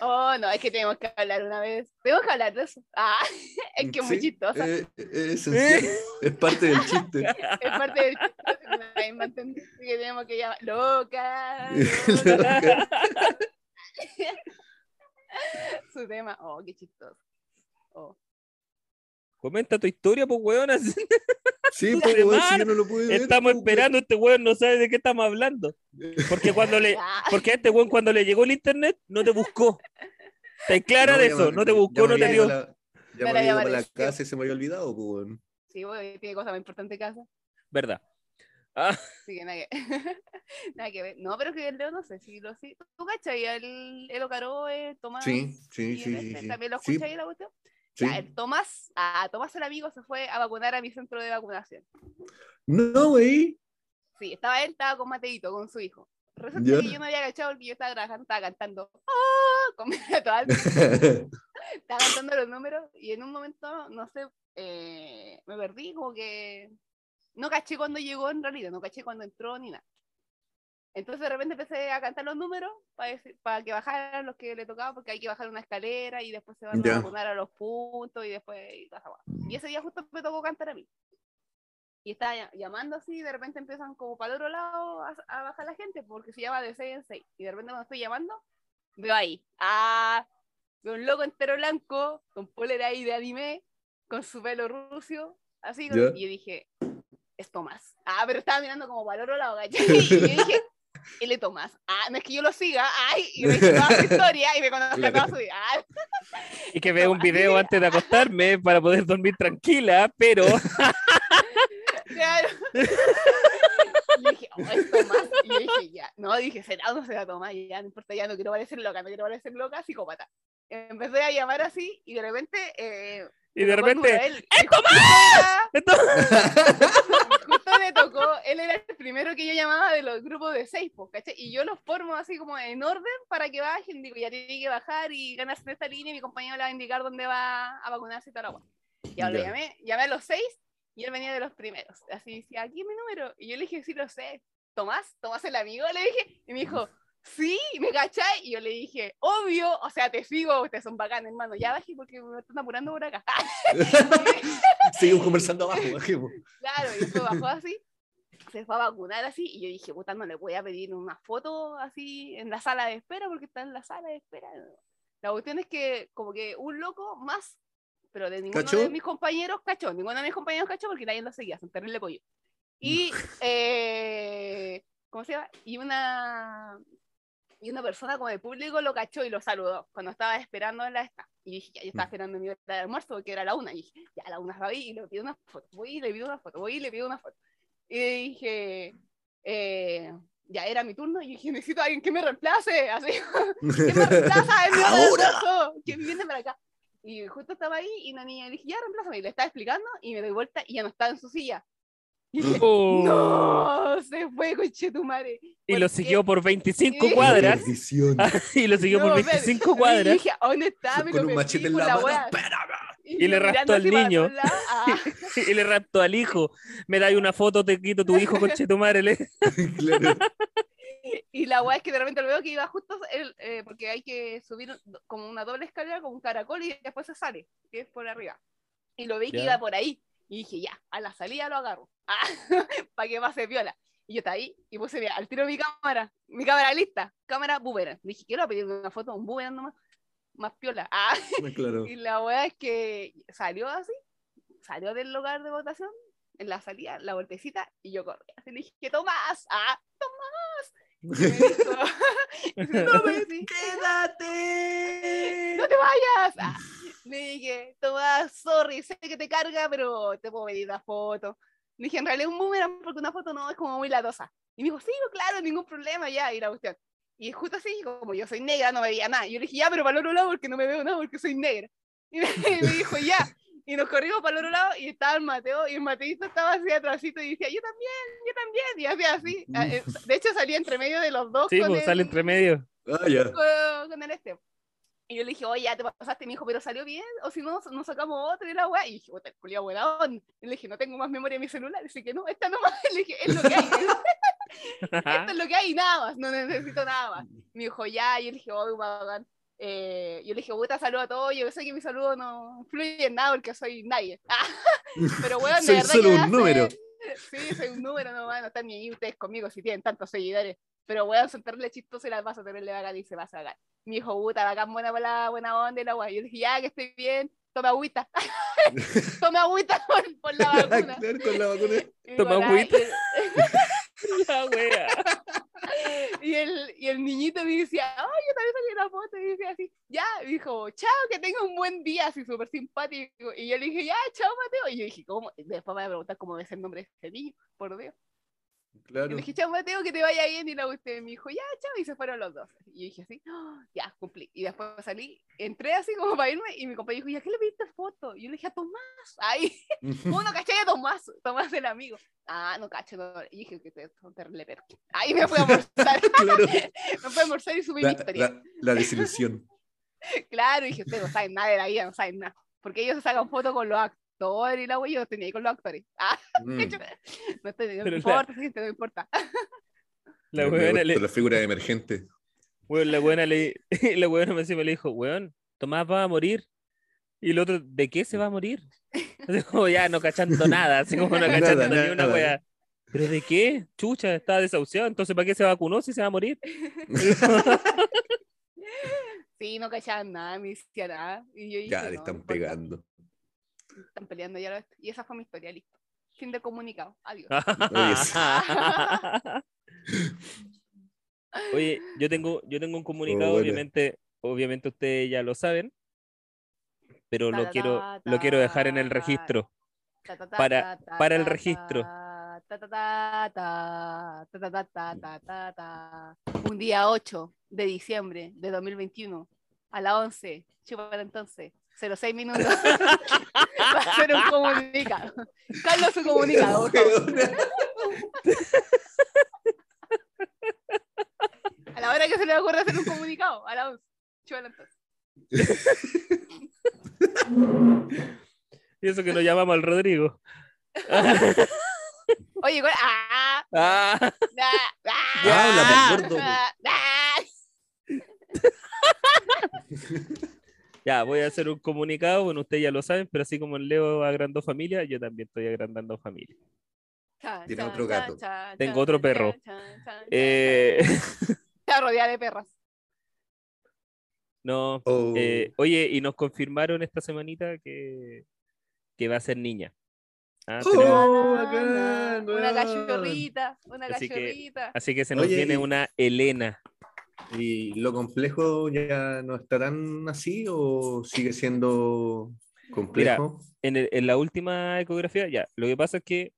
Oh, no, es que tenemos que hablar una vez. Tenemos que hablar de eso. Ah, [laughs] es que es muy
Sí,
chistosa.
eh, eh, es esencial,
[laughs]
es parte del chiste.
Es parte del [laughs] chiste. Me entendí que tenemos que llamar. Loca.
[laughs]
loca.
Loca.
Su tema. Oh, qué chistoso. Oh.
Comenta tu historia, pues, weón.
Sí,
Puta
pues, weón, si
madre,
yo no lo pude ver.
Estamos
pues,
esperando, este weón no sabe de qué estamos hablando. Porque cuando le,
Ah,
porque a este weón cuando le llegó el internet, no te buscó. ¿Te clara
No,
de
ya
eso?
me-
No te
ya
buscó,
me
no te
había
dio.
ido a la- Ya me
Para
había ido para la
llamarles, tío.
casa y se me había olvidado, pues, weón.
sí, porque tiene cosas más importantes que hacer.
¿Verdad? Ah,
Así que nada que, [laughs] nada que ver. No, pero que el Leo no sé si lo sí. ¿Tú cachai? El, el Ocaro es Tomás.
Sí, sí,
y el
sí, sí,
Ah, este,
sí.
¿También lo
Sí.
escucháis la cuestión?
Sí.
Ya, el Tomás, a Tomás el amigo se fue a vacunar a mi centro de vacunación.
No, güey.
Sí, estaba él, estaba con Mateito, con su hijo. Resulta
Ya.
que yo no había cachado porque yo estaba trabajando, estaba cantando. ¡Ah! Con [laughs] mi toda alta. estaba cantando los números y en un momento, no sé, eh, me perdí, como que no caché cuando llegó en realidad, no caché cuando entró ni nada. Entonces de repente empecé a cantar los números para, para que bajaran los que le tocaba, porque hay que bajar una escalera y después se van
Ya.
a vacunar a los puntos y después... Y, toda esa hueá. Y ese día justo me tocó cantar a mí. Y está ll- llamando así, y de repente empiezan como para el otro lado a, a bajar la gente, porque se llama de 6 en 6. Y de repente cuando estoy llamando, veo ahí. Ah, veo un loco entero blanco, con polera ahí de anime, con su pelo rucio, así. con-
Ya.
Y yo dije, es Tomás. Ah, pero estaba mirando como para el otro lado, ¿cachai? Y yo dije, él es Tomás. Ah, no es que yo lo siga. Ay, y me toda su historia y me conozca toda su vida. Ah,
Y que veo un video antes de acostarme para poder dormir tranquila,
[laughs]
pero
Claro. Y yo dije, oh, es Tomás. Y yo dije, ya. No, dije, será o no será Tomás. Y ya no importa, ya no quiero parecer loca, no quiero parecer loca, psicópata. Empecé a llamar así y de repente. eh,
y de
me tocó el número
repente "¡Eh,
de él, ¡Es Tomás!
[laughs]
[laughs] entonces,
[laughs] Justo me tocó, él era el primero que yo llamaba de los grupos de seis, po, ¿cachai? Y yo los formo así como en orden para que bajen. Digo, ya tiene que bajar y ganarse en esta línea y mi compañero le va a indicar dónde va a vacunarse y toda la guay. Y ahora
Ya.
llamé, llamé a los seis y él venía de los primeros. Así decía, aquí mi número. Y yo le dije, sí, lo sé. Tomás, Tomás el amigo, le dije. Y me dijo, sí, ¿me cachai? Y yo le dije, obvio, o sea, te sigo, ustedes son bacanes, hermano. Ya bajé porque me están apurando por acá.
[laughs] Seguimos conversando abajo. bajemos.
Claro, y después bajó así, se fue a vacunar así, y yo dije, puta, no le voy a pedir una foto así en la sala de espera, porque está en la sala de espera. La cuestión es que, como que un loco más, pero de ninguno
¿Cachó?
de mis compañeros cachó, ninguno de mis compañeros cachó, porque nadie lo seguía, son terrible pollo. Y,
Mm.
eh, ¿cómo se llama? Y una, y una persona como de público lo cachó y lo saludó cuando estaba esperando en la esta. Y dije, ya, yo estaba
Mm.
esperando mi hora de almuerzo porque era la una. Y dije, ya, la una va y le pido una foto. Voy y le pido una foto, voy y le pido una foto. Y le dije, eh, ya era mi turno y dije, necesito a alguien que me reemplace. Así, [laughs] que
[laughs]
me
[laughs]
reemplaza en mi hora de
Ahora.
almuerzo, que viene para acá. Y justo estaba ahí y una niña le dije, ya reemplázame. Y le estaba explicando y me doy vuelta y ya no estaba en su silla. Y dije, no, se fue, coche tu madre.
Oh. y lo siguió por 25
[laughs]
Sí.
cuadras [laughs]
Perdición.
Ah,
y lo siguió por 25 cuadras.
Y dije, ¿a dónde está? Me lo
Con un
perdí
machete en
por
la mano.
wea.
Espérame.
Y le
yo mirando
raptó al
así para
niño.
todos
[laughs]
lados. Ah,
Y le raptó al hijo. Me dais una foto, te quito tu hijo, conche tu madre. le-
[laughs] Claro.
[laughs] y la weá es que de repente lo veo que iba justo, el, eh, porque hay que subir do- como una doble escalera con un caracol y después se sale, que es por arriba. Y lo vi que
Ya.
iba por ahí. Y dije, ya, a la salida lo agarro. [laughs] para que pase viola. Y yo estaba ahí y puse mira, al tiro mi cámara, mi cámara lista, cámara boomerang. Dije, quiero pedirme una foto, un boomerang nomás, más piola. Ah. [laughs]
Claro.
Y la wea es que salió así, salió del lugar de votación, en la salida, la vueltecita, y yo corrí. Así le dije, Tomás, ah, me dijo, [laughs] no, me dice,
¡Quédate!
"No te vayas. Ah, le dije, Tomás, sorry, sé que te carga, pero te puedo pedir una foto. Le dije, en realidad un boomerang, porque una foto no es como muy latosa. Y me dijo, sí, pues, claro, ningún problema, ya, y la cuestión. Y justo así, como yo soy negra, no me veía nada. Yo le dije, ya, pero para el otro lado, porque no me veo nada, porque soy negra. [laughs] Y me, me dijo, ya. Y nos corrimos para el otro lado y estaba el Mateo, y el Mateito estaba así atrásito y decía, yo también, yo también, y hacía así. Ah, eh, De hecho, salía entre medio de los dos
Sí,
con
pues,
el-
sale entre medio.
Ah, ya.
con, con el este. Y yo le dije, oye, ya te pasaste, mi hijo, pero salió bien, o si no, nos sacamos otro y la weá. Y dije, puta, el culiao buena onda. Y le dije, no tengo más memoria en mi celular, dice que no, esta nomás. [laughs] Y le dije, es lo que hay,
¿Ah?
esto es lo que hay, nada más, no necesito nada más. Me dijo, ya, yo le dije, oh, bacán. Eh, yo le dije, puta, saludo a todos, yo sé que mi saludo no influye en nada porque soy
[laughs]
nadie. pero bueno,
Soy solo un número.
Sí, soy un número nomás, no están ni ahí ustedes conmigo si tienen tantos seguidores. Pero weón, sentarle chistoso y las vas a tenerle bacán y se vas a bacán. Mi hijo, puta, bacán, buena palabra, buena onda y la guay. Yo le dije, ya, que estoy bien, toma agüita. [laughs] toma agüita [laughs] por, por
[laughs]
la vacuna.
Claro, con la vacuna.
Y
Toma
bueno,
agüita.
y el-
[laughs] La wea.
y el, y el niñito me decía, ay, yo también salí en la foto, y decía así, ya, y dijo, chao, que tenga un buen día, así súper simpático, y yo le dije, ya, chao, Mateo, y yo dije, ¿cómo? Y Después me va a preguntar cómo es el nombre de ese niño, por Dios, y
Claro. [laughs]
le dije, chao, Mateo, que te vaya bien, y la usted me dijo, ya, chao, y se fueron los dos, y yo dije así, "Ah, ya, cumplí, y después salí, entré así como para irme, y mi compañero dijo, ¿y a qué le pediste foto? Y yo le dije, a Tomás, ahí, uno cachai a Tomás, Tomás el amigo, ah, no cacho, no, y dije, que te, terrible perki". ahí me fui a almorzar,
Claro.
me fue a almorzar y subí mi
La,
historia.
la- la
[laughs]
desilusión.
Claro, y dije, ustedes no saben nada de la vida, no saben nada. Porque ellos se sacan fotos con los actores y la wey, yo no estoy ni ahí con los actores. [laughs] Ah,
Mm.
no estoy, no
Pero
me
la-
importa, gente, no me importa. [laughs]
La
Me- me
weona
gusta
le,
La figura de emergente.
weón, la weona le, [laughs] la weona me encima le dijo, weón, Tomás va a morir. Y el otro, ¿de qué se va a morir? Así como ya no cachando nada, así como no
[laughs]
cachando
Nada,
ni una
nada.
wea. ¿Pero de qué? Chucha, está desahuciado, entonces ¿para qué se vacunó si se va a morir?
Sí, no cachaban nada, me decía nada. Y yo dije,
Ya
"No,
le
no
están
importa".
[laughs]
pegando.
Están peleando ya. lo- Y esa fue mi historia, listo. Fin de comunicado. Adiós.
[laughs] Oye, yo tengo, yo tengo un comunicado,
buena.
obviamente, obviamente ustedes ya lo saben, pero
Ta,
lo
ta,
quiero,
ta,
lo quiero dejar en el
ta.
registro.
Ta, ta, ta,
Para-
ta,
para el
ta,
registro.
ta, ta, ta, ta, ta, ta, ta, ta, ta, ta, ta. Un día 8 de diciembre de 2021 a las 11, para entonces, 06 minutos. [laughs] Va a ser un comunicado. Carlos, su comunicado.
[laughs]
por favor. A la hora que se le ocurra hacer un comunicado, a las 11, chúpala entonces.
Y eso que nos llamamos al Rodrigo. [laughs]
Oye, ¿cuál? ¡Ah!
Ah,
¡Ah!
Ya
¡Ah!
habla, por gordo,
¡Ah! ¡Ah!
ya, voy a hacer un comunicado, bueno, ustedes ya lo saben, pero así como el Leo agrandó familia, yo también estoy agrandando familia.
Chan,
Tiene
chan,
otro
chan,
gato.
chan,
Tengo
chan,
otro
chan,
perro.
chan, chan, chan,
Eh, [laughs]
Está rodeada de perras.
no,
Oh.
eh, oye, y nos confirmaron esta semanita que, que va a ser niña. Ah,
Oh.
tenemos-
bacán,
una
weón.
cachorrita, una
Así que-
cachorrita.
Así que se nos
Oye,
viene
y-
una Elena.
¿Y lo complejo ya no estarán así o sigue siendo complejo?
En, el- en la última ecografía, ya, lo que pasa es que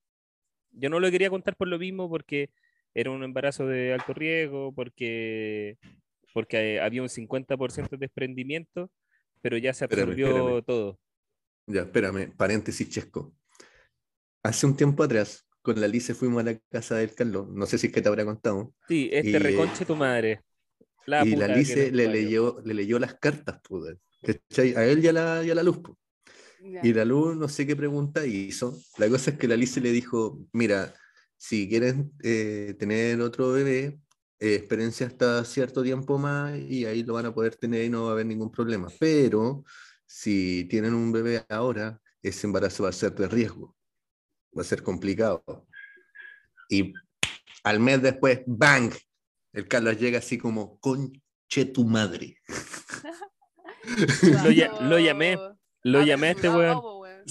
yo no lo quería contar por lo mismo porque era un embarazo de alto riesgo, porque, porque eh, había un 50% de desprendimiento, pero ya se
Espérame,
absorbió
espérame.
todo.
Ya, espérame, paréntesis chesco. Hace un tiempo atrás, con la Lice fuimos a la casa del Carlos, no sé si es que te habrá contado,
Sí, este
Y, eh,
reconche tu madre. La
y
Ah, puta
la
que
Lice
nos
le
parió.
leyó, le leyó las cartas, po, weón, ¿cachai? A él ya la, y a la luz, pues. po.
Ya.
Y la luz no sé qué pregunta hizo. La cosa es que la Alice le dijo, mira, si quieren eh, tener otro bebé, eh, espérense hasta cierto tiempo más y ahí lo van a poder tener y no va a haber ningún problema. Pero si tienen un bebé ahora, ese embarazo va a ser de riesgo, va a ser complicado. Y al mes después, ¡bang! El Carlos llega así como, conche tu madre.
Lo lla- lo llamé, Lo llamé a este weón.
Apresurado, weón.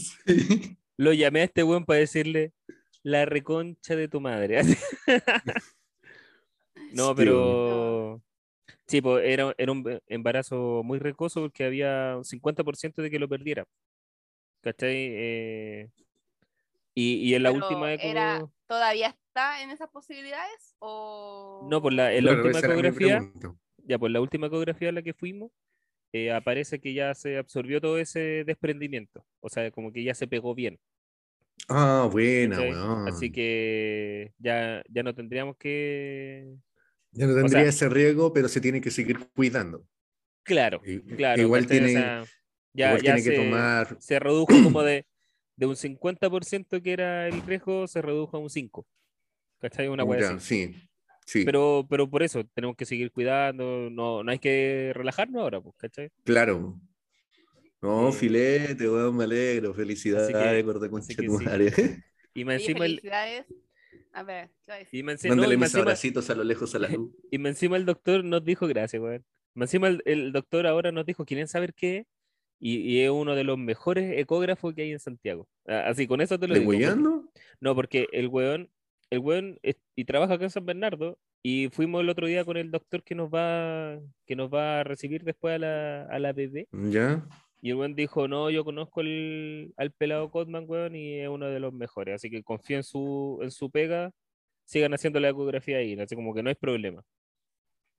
Lo llamé a este weón para decirle la reconcha de tu madre. [laughs] Así. no,
Sí,
pero. Sí, pues era, era un embarazo muy recoso porque había un 50% de que lo perdiera. ¿Cachai? Eh, y, y en la
Pero
última eco-
era- ¿Todavía está en esas posibilidades? O...
No, por la, en la
Claro,
última
esa era mi
ecografía.
pregunta.
ya por la última ecografía a la que fuimos, eh, aparece que ya se absorbió todo ese desprendimiento. O sea, como que ya se pegó bien.
Ah, buena,
¿cachai?
weón.
Así que ya, ya no tendríamos que.
Ya no tendría ese riesgo, pero se tiene que seguir cuidando.
Claro,
I-
claro.
igual
¿cachai? O
tiene,
sea, ya,
igual
ya
tiene
se,
que tomar.
se redujo como de, de un 50% que era el riesgo, se redujo a un 5%. ¿Cachai? Una wea
ya,
así.
sí, sí,
Pero, pero por eso tenemos que seguir cuidando, no, no hay que relajarnos ahora, pues, ¿cachai?
claro. No,
Eh,
filete, weón, me alegro. Felicidades, gorda
así
concha
que
tu
sí.
madre. [laughs]
Y más
Oye,
encima, el,
felicidades. A ver, ¿qué va a decir?
y más enci- no,
Mándale
y más
mis
encima-
abracitos a lo lejos
[laughs]
a la luz.
Y me encima el doctor nos dijo gracias, weón. Me encima el, el doctor ahora nos dijo, ¿quieren saber qué? es?", Y, y es uno de los mejores ecógrafos que hay en Santiago. A- Así, con eso te lo
¿De
digo. porque-
Guyano?
No, porque el weón, el weón es- y trabaja acá en San Bernardo y fuimos el otro día con el doctor que nos va, que nos va a recibir después a la, a la bebé.
Ya.
Y el weón dijo, no, yo conozco el, al pelado Cotman, weón, y es uno de los mejores. Así que confío en su, en su pega, sigan haciendo la ecografía ahí. Así como que no hay problema.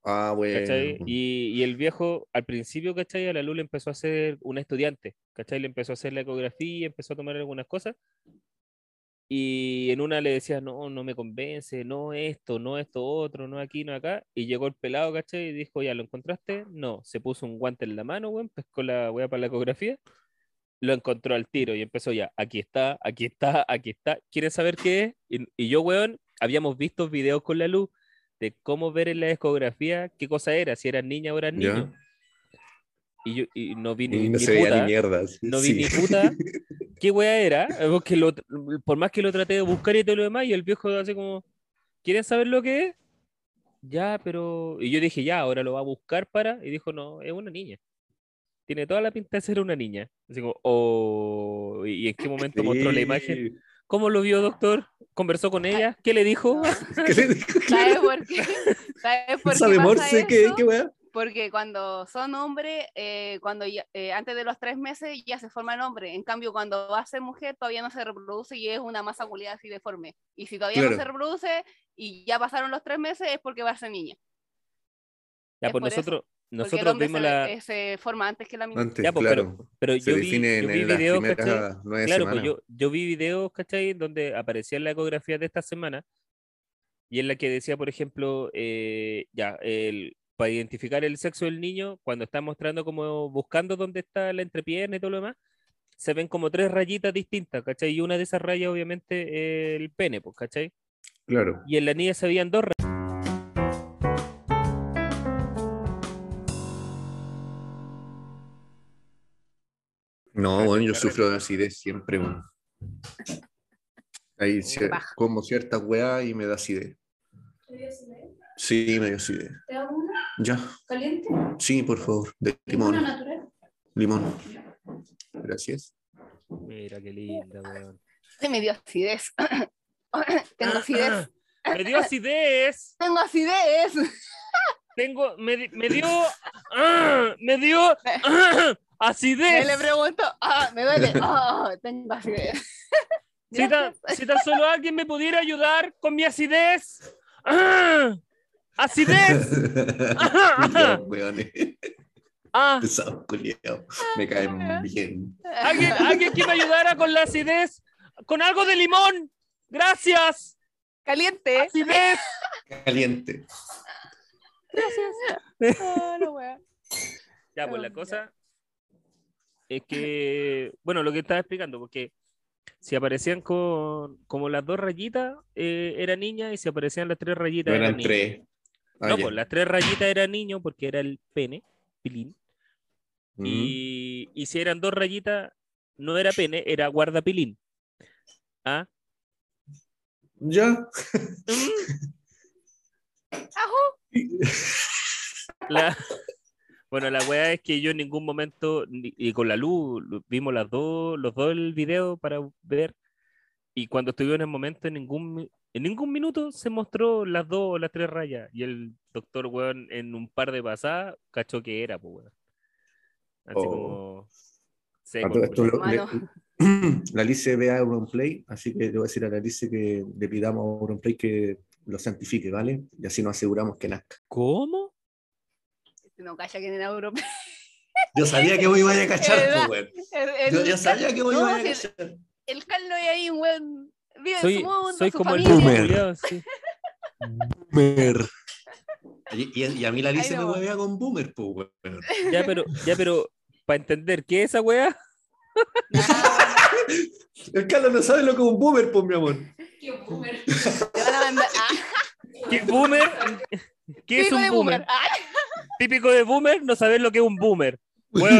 Ah, bueno.
¿cachai? Y, y el viejo, al principio, ¿cachai? A la luz le empezó a hacer un estudiante, ¿cachai? Le empezó a hacer la ecografía, empezó a tomar algunas cosas. Y en una le decía, no, no me convence, no esto, no esto otro, no aquí, no acá. Y llegó el pelado, ¿cachai? Y dijo, ya, ¿lo encontraste? No, se puso un guante en la mano, weón, pescó la weá para la ecografía. Lo encontró al tiro y empezó ya, aquí está, aquí está, aquí está. ¿Quieren saber qué es? Y, y yo, weón, habíamos visto videos con la luz de cómo ver en la ecografía qué cosa era, si eras niña o eras niño.
Ya.
Y yo y no vi
Y
ni,
no
ni
se veía
puta.
ni mierda. sí,
no
[laughs]
vi
sí.
ni puta. qué wea era, porque lo- por más que lo traté de buscar y todo lo demás, y el viejo hace como, ¿quieren saber lo que es? Ya, pero... Y yo dije, ya, ahora lo va a buscar para... Y dijo, no, es una niña. Tiene toda la pinta de ser una niña. Así como, oh, ¿y en qué momento mostró la imagen? ¿Cómo lo vio, doctor? ¿Conversó
Ah,
con ella? ¿Qué le [laughs] dijo?
¿Qué le
[laughs]
dijo?
¿Sabes
[laughs]
por qué? ¿Sabes por qué
¿Sabe
pasa
Morse qué,
eso?
qué weá?
Porque cuando son hombres, eh, cuando ya- eh, antes de los tres meses ya se forma el hombre. En cambio, cuando va a ser mujer, todavía no se reproduce y es una masa culiada así deforme. Y si todavía no
Claro.
se reproduce y ya pasaron los tres meses, es porque va a ser niña.
Ya,
Es
pues
por eso,
nosotros,
Porque el
nosotros
hombre
vimos
se,
la...
eh, se forma antes que la misma.
Antes,
Ya, pues,
claro.
Pero
se
yo vi,
define
yo
en
vi
las
videos,
primeras
¿cachai?
nueve
Claro, pues
semanas.
yo, yo vi videos, ¿cachai? Donde aparecían la ecografía de esta semana y en la que decía, por ejemplo, eh, ya, el, para identificar el sexo del niño, cuando está mostrando como buscando dónde está la entrepierna y todo lo demás, se ven como tres rayitas distintas, ¿cachai? Y una de esas rayas, obviamente, es el pene, pues, ¿cachai?
Claro.
Y en la niña se veían dos rayas.
No, bueno, yo sufro de acidez siempre, weón. Ahí cier-
Baja.
como ciertas weas y me da acidez.
¿Te voy a hacer?
Sí, me dio acidez.
¿Te hago una?
Ya,
¿Caliente?
sí, por favor, de
¿Ninguna
limón,
natural?
limón. Gracias. [laughs]
Mira, qué linda, weón.
Se me dio acidez. [coughs] tengo acidez.
¡Ah! ¡Me dio acidez!
Tengo acidez.
Tengo, me, di-
[laughs]
me dio, ¡Ah! me dio ¡Ah!
Me
acidez.
le pregunto, ah, me duele. Ah, tengo acidez.
Si tan,
Gracias.
si tan solo alguien me pudiera ayudar con mi acidez. ¡Ah!
[laughs]
¡Acidez!
Culiao, [laughs] weones.
¡Ah!
Pesados, culiao. Me caen bien.
[laughs]
¿Alguien, alguien que me ayudara con la acidez. Con algo de limón. Gracias.
Caliente.
Acidez.
Caliente.
Ah, la wea.
Ya, pues la cosa es que, bueno, lo que estaba explicando, porque si aparecían con como las dos rayitas, eh, era niña, y si aparecían las tres rayitas,
No
era
eran
niño.
tres. Ah,
No,
ya.
pues las tres rayitas era niño porque era el pene, pilín.
Mm.
Y, y si eran dos rayitas, no era pene, era guardapilín. ¿Ah?
Ya.
Mm. [laughs] La- Bueno, la weá es que yo en ningún momento, ni- y con la luz, lo- vimos las dos, los dos el video para ver, y cuando estuvimos en el momento, en ningún, mi- en ningún minuto se mostró las dos o las tres rayas, y el doctor weón en un par de pasadas cachó que era, pues weón. Así
Oh.
como...
A
seco,
todo esto
culiao.
lo- le- [clears throat] la Alice ve a Auronplay, así que le voy a decir a la Alice que le pidamos a Auronplay que lo santifique, ¿vale? Y así nos aseguramos que nazca.
¿Cómo?
Este No calla que en Europa.
Yo sabía que voy a
Es
cachar,
verdad.
pues, weón.
El,
Yo,
el,
yo sabía que voy
No,
a
si-
cachar.
el Carlos es ahí, un weón. Vive en
Soy,
su mundo,
soy
su
como el
familia.
boomer.
culiao, sí.
Y, y- y a mí la
Ahí
Alice me
vamos.
huevea con Boomer, pues, weón.
Ya, pero, ya, pero, para entender, ¿qué es esa weá?
Ah,
El Carlos no sabe lo que es un Boomer, pues, mi amor.
¡Qué boomer!
Te van a mandar.
[laughs]
Ah,
¿Qué
[laughs]
boomer? ¿Qué es
pico
un
de
boomer?
Ah,
Típico de boomer, no saber lo que es un boomer. Weón.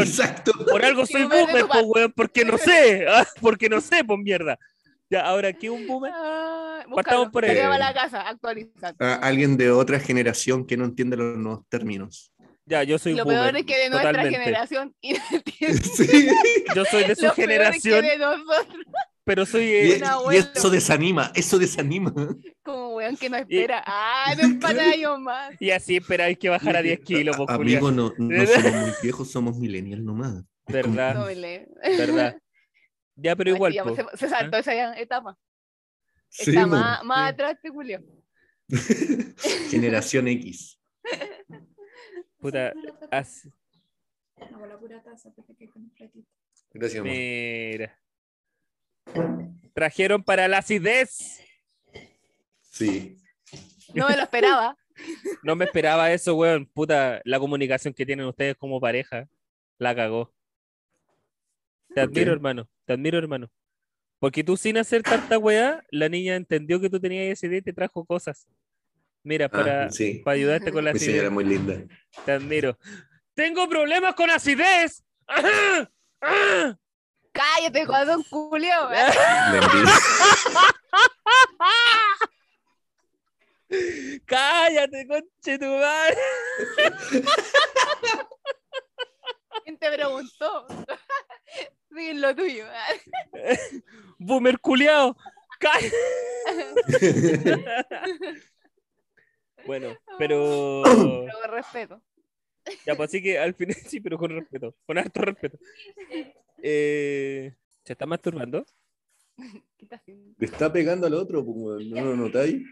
[laughs] Exacto.
Por algo
Sí,
soy
boomer de
boomer,
tu
pues,
parte.
weón, porque no sé, [laughs] ah, porque no sé, pues mierda. Ya, ahora, ¿qué es un boomer?
ah, búscalo.
Partamos por Ah,
Te
ahí.
lleva a la casa, actualiza.
A alguien de otra generación que no entiende los nuevos términos.
Ya, yo soy
Lo
boomer.
peor es que de nuestra
totalmente.
generación. y no
[laughs]
tiene-
[laughs] Sí.
Yo soy
[laughs]
de su
Lo peor es que
generación,
de nosotros,
pero soy.
Y,
eh,
Bien.
y eso desanima, eso desanima.
como weón que no espera. Ah, no un par
[laughs]
de años más.
Y así esperáis que bajara 10 kilos, pues, culiao.
Amigos, no,
[laughs]
no somos muy viejos, somos millennials nomás.
Verdad.
No, le-
¿Verdad? Ya, pero
Ay,
igual,
ya, pues,
po.
se, se saltó esa etapa.
Sí,
Está
mo.
más, más
sí.
atrás que Julio.
Generación X.
puta, así-
Hago la pura taza porque quedé con un platito.
Gracias, amor.
Mira. Trajeron para la acidez.
Sí.
No me lo
[laughs]
esperaba.
No me esperaba eso, weón. Puta, la comunicación que tienen ustedes como pareja. La cagó. Te
¿Por qué?
admiro, hermano. Te admiro, hermano. Porque tú sin hacer tanta weá, la niña entendió que tú tenías esa idea y te trajo cosas. Mira,
Ah,
para,
sí.
para ayudarte con la
Mi
acidez.
señora es muy linda.
Te admiro. Tengo problemas con acidez. ¡Ajá! ¡Ah!
Cállate, guadón culio. weón.
Le
[laughs]
envié-
¡Cállate, conche tu madre!
¿Quién te preguntó? [laughs] Sigue en lo tuyo. [laughs]
¡Boomer culiao! ¡Cállate! Bueno, pero.
[coughs]
Pero con respeto.
Ya, pues así que al final [laughs] sí, pero con respeto. Con harto respeto. Eh, ¿Se está masturbando?
¿Qué estás haciendo?
Le está pegando al otro, pues, weón. ¿no lo notáis?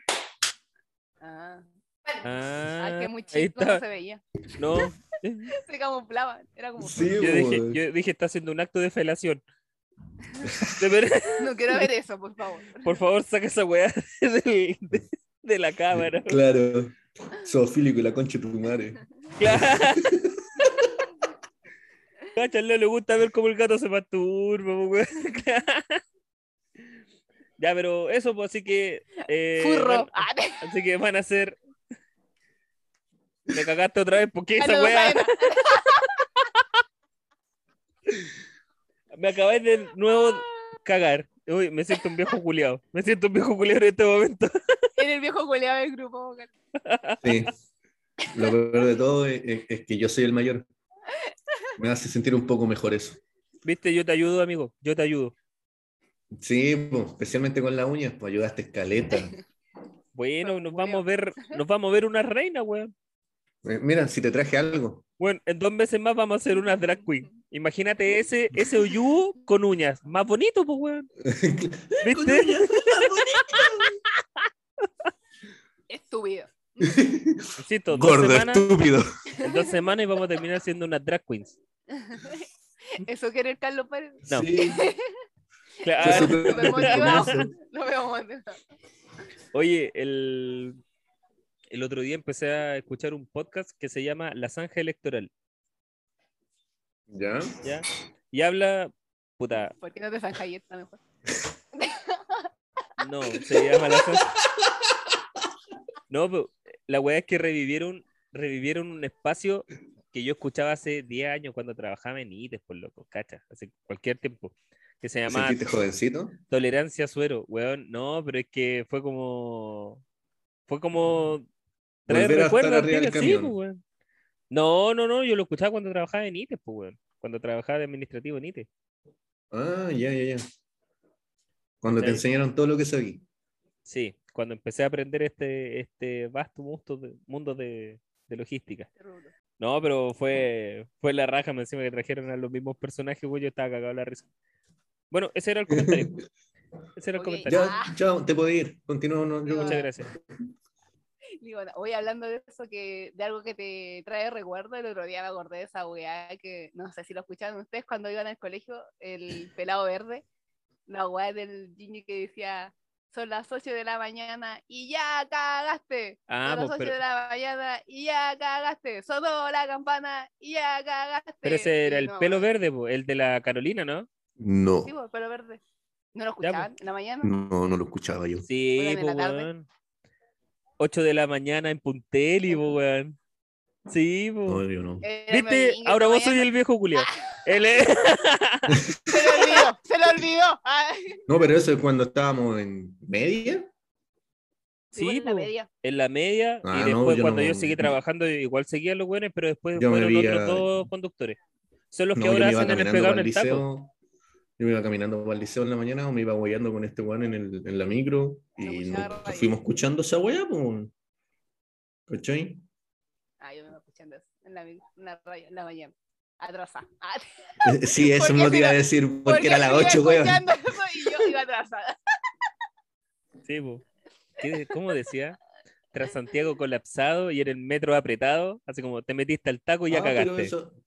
Ah,
Ah,
ah, que muy
ahí
chico no
está.
se veía. [laughs]
No,
Se camuflaba. Era como,
Sí,
yo dije,
weón.
yo dije, está haciendo un acto de felación. De ver- [laughs]
no quiero ver eso, por favor.
por favor, saca esa weá [laughs] del- de, de la cámara.
Claro. Zoofílico y la concha de tu madre.
Claro. [laughs] Cacha, al Leo le gusta ver cómo el gato se masturba, po, weón. [laughs] Claro. Ya, pero eso, pues así que. [laughs] eh,
Furro.
van-
Ah, [laughs]
así que van a ser. Me cagaste otra vez, porque
ah,
esa
no,
weá?
no, no.
Me acabáis de nuevo cagar. Uy, me siento un viejo culiao. Me siento un viejo culiao en este momento. [laughs]
Era el viejo culeado del grupo. weón.
Sí. Lo peor de todo es, es- es que yo soy el mayor. Me hace sentir un poco mejor eso.
Viste, yo te ayudo, amigo. Yo te ayudo.
Sí, po, especialmente con las uñas, pues ayudaste escaleta. Eh,
Bueno, nos vamos a ver, nos vamos a ver una reina, weón.
Eh, Mira, si te traje algo.
Bueno, en dos meses más vamos a hacer unas drag queen. Imagínate ese, ese Oyu con uñas. Más bonito, pues, weón. ¿Viste?
Estúpido. [laughs]
Insisto, dos
Gordo,
semanas,
estúpido.
en dos semanas y vamos a terminar siendo unas drag queens.
Eso quiere el Carlos Pérez.
No.
[laughs]
Sí,
Claro.
fue súper
Súper motivado.
motivado.
Lo veo motivado.
Oye, el, el otro día empecé a escuchar un podcast que se llama La Zanja Electoral.
¿Ya?
¿ya? Y habla. Puta,
¿Por qué no te zanjas ahí? Está mejor.
no, se llama La Zanja. No, pero la weá es que revivieron, revivieron un espacio que yo escuchaba hace 10 años cuando trabajaba en ITES, por pues, loco, cacha, hace cualquier tiempo, que se
¿Te
llamaba
sentiste jovencito?
Tolerancia Suero, weón. No, pero es que fue como. Fue como. Traer
Volver a
recuerdos
estar arriba del
antiguos, sí,
camión.
pues, weón. No, no, no, yo lo escuchaba cuando trabajaba en ITES, pues, weón. Cuando trabajaba de administrativo en E. ITES.
Ah, ya, ya, ya. Cuando te
Sí.
enseñaron todo lo que sabí.
Sí, cuando empecé a aprender este, este vasto mundo de, mundo de, de logística.
Qué rudo.
No, pero fue, fue la raja, me encima que trajeron a los mismos personajes, güey, yo estaba cagado de la risa. Bueno,
[laughs]
ese era el comentario. Ese era el
Ok,
comentario.
Ya, chao, te puedo ir. Continúa. no, yo-
Muchas gracias.
[laughs] Digo, hoy hablando de eso, que, de algo que te trae recuerdo, el otro día me acordé de esa weá que, no sé si lo escucharon ustedes cuando iban al colegio, el pelado verde, la weá del Jimmy que decía, son las 8 de la mañana y ya cagaste,
Ah,
son las
pues,
8
pero,
de la mañana y ya cagaste, sonó la campana y ya cagaste.
pero ese era
Y
el
no,
pelo
weón,
verde, po, el de la Carolina, ¿no?
No,
sí, po, el pelo verde. ¿No lo
Ya, pues. po.
escuchaban en la mañana?
no, no lo escuchaba yo.
Sí,
Bueno,
po,
en la tarde.
weón. 8 de la mañana en Punteli, po, weón. Sí, po.
No, yo no.
Era
¿Viste?
domingo en
Ahora
la
vos soy
mañana. Ah.
el viejo Julián. Él es-
[laughs] Se lo olvidó, se lo olvidó. Ah,
No, pero eso es cuando estábamos en media.
[laughs]
igual pues,
Sí, pues.
en la
po.
media.
en la media
Ah,
y
no,
después
yo
cuando
no-
yo seguí trabajando igual seguían los buenos, pero después
Yo me
fueron
vi
otros
a-
dos conductores. Son los
No,
que
yo
ahora
me iba
hacen el
caminando
pegado en
para el
el taco.
liceo. Yo me iba caminando para el liceo en la mañana o me iba guayando con este weón en, el- en la micro
Lo
y
escuchaba
nos, nos
radio.
fuimos escuchando esa weá, pues.
[laughs]
¿Cachai?
Ah, yo me voy escuchando eso, en la, mi- en la radio, en la mañana. Atrasada.
[laughs]
Ah,
Eh, Sí, eso
Porque
mismo te iba a
si no-
decir porque era las 8,
seguía
weón.
escuchando eso Y yo iba
[laughs]
atrasada.
Sí, po. ¿Qué- ¿Cómo decía? Tras Santiago colapsado y en el metro apretado, así como te metiste al taco y ya
Ah, pero
cagaste.
eso-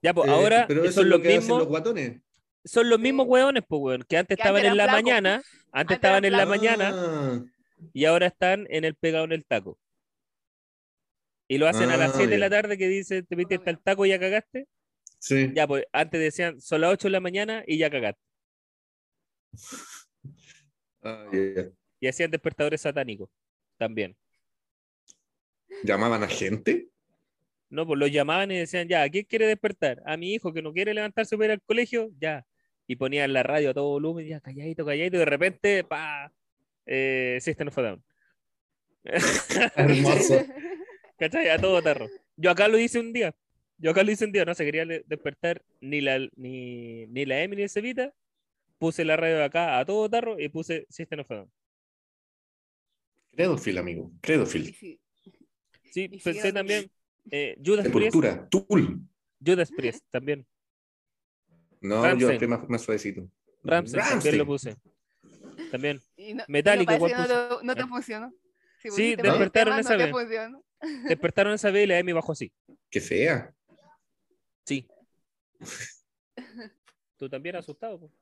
ya, pues
eh,
ahora
pero eso
son
es lo
los
que hacen
mismos,
los guatones.
son los mismos
Sí.
hueones, pues, weón, que antes
Que antes
estaban en
eran
la
flacos. pues.
mañana, antes,
Antes eran
estaban en la
flacos.
mañana
Ah,
y ahora están en el pegado en el taco. Y lo hacen a las
Ah,
7 de
ya.
la tarde que dice, te metiste al taco y ya cagaste.
sí.
Ya, pues antes decían, son las 8 de la mañana y ya cagaste.
Ah, ya, ya.
Y hacían despertadores satánicos también.
¿Llamaban a
[laughs]
gente?
No, pues los llamaban y decían, ya, ¿a quién quiere despertar? A mi hijo que no quiere levantarse para ir al colegio, ya. y ponían la radio a todo volumen y ya calladito, calladito, y de repente, pa, eh, System of a Down.
[laughs]
Hermoso.
¿Cachai? A todo tarro. Yo acá lo hice un día. Yo acá lo hice un día, no se quería le- despertar ni la, ni, ni la Emily ni Cevita. Puse la radio acá a todo tarro y puse System of a Down.
Credofil, amigo. Credofil.
Sí.
Sí,
Hicieron
pensé
un-
también eh, Judas Priest.
Sepultura. Tool.
Judas Priest también.
No, yo
Ramsey.
estoy más, más suavecito.
Ramsey
Rammstein.
también lo puse. También.
Y no,
Metallica,
y no, parece
igual
que no, te- no te funcionó. Si
Sí,
pusiste
despertaron
más
esa
temas,
vez.
No te funcionó.
Despertaron esa vez y la Emi bajó así.
Qué [laughs] fea.
Sí. Tú también asustado. po.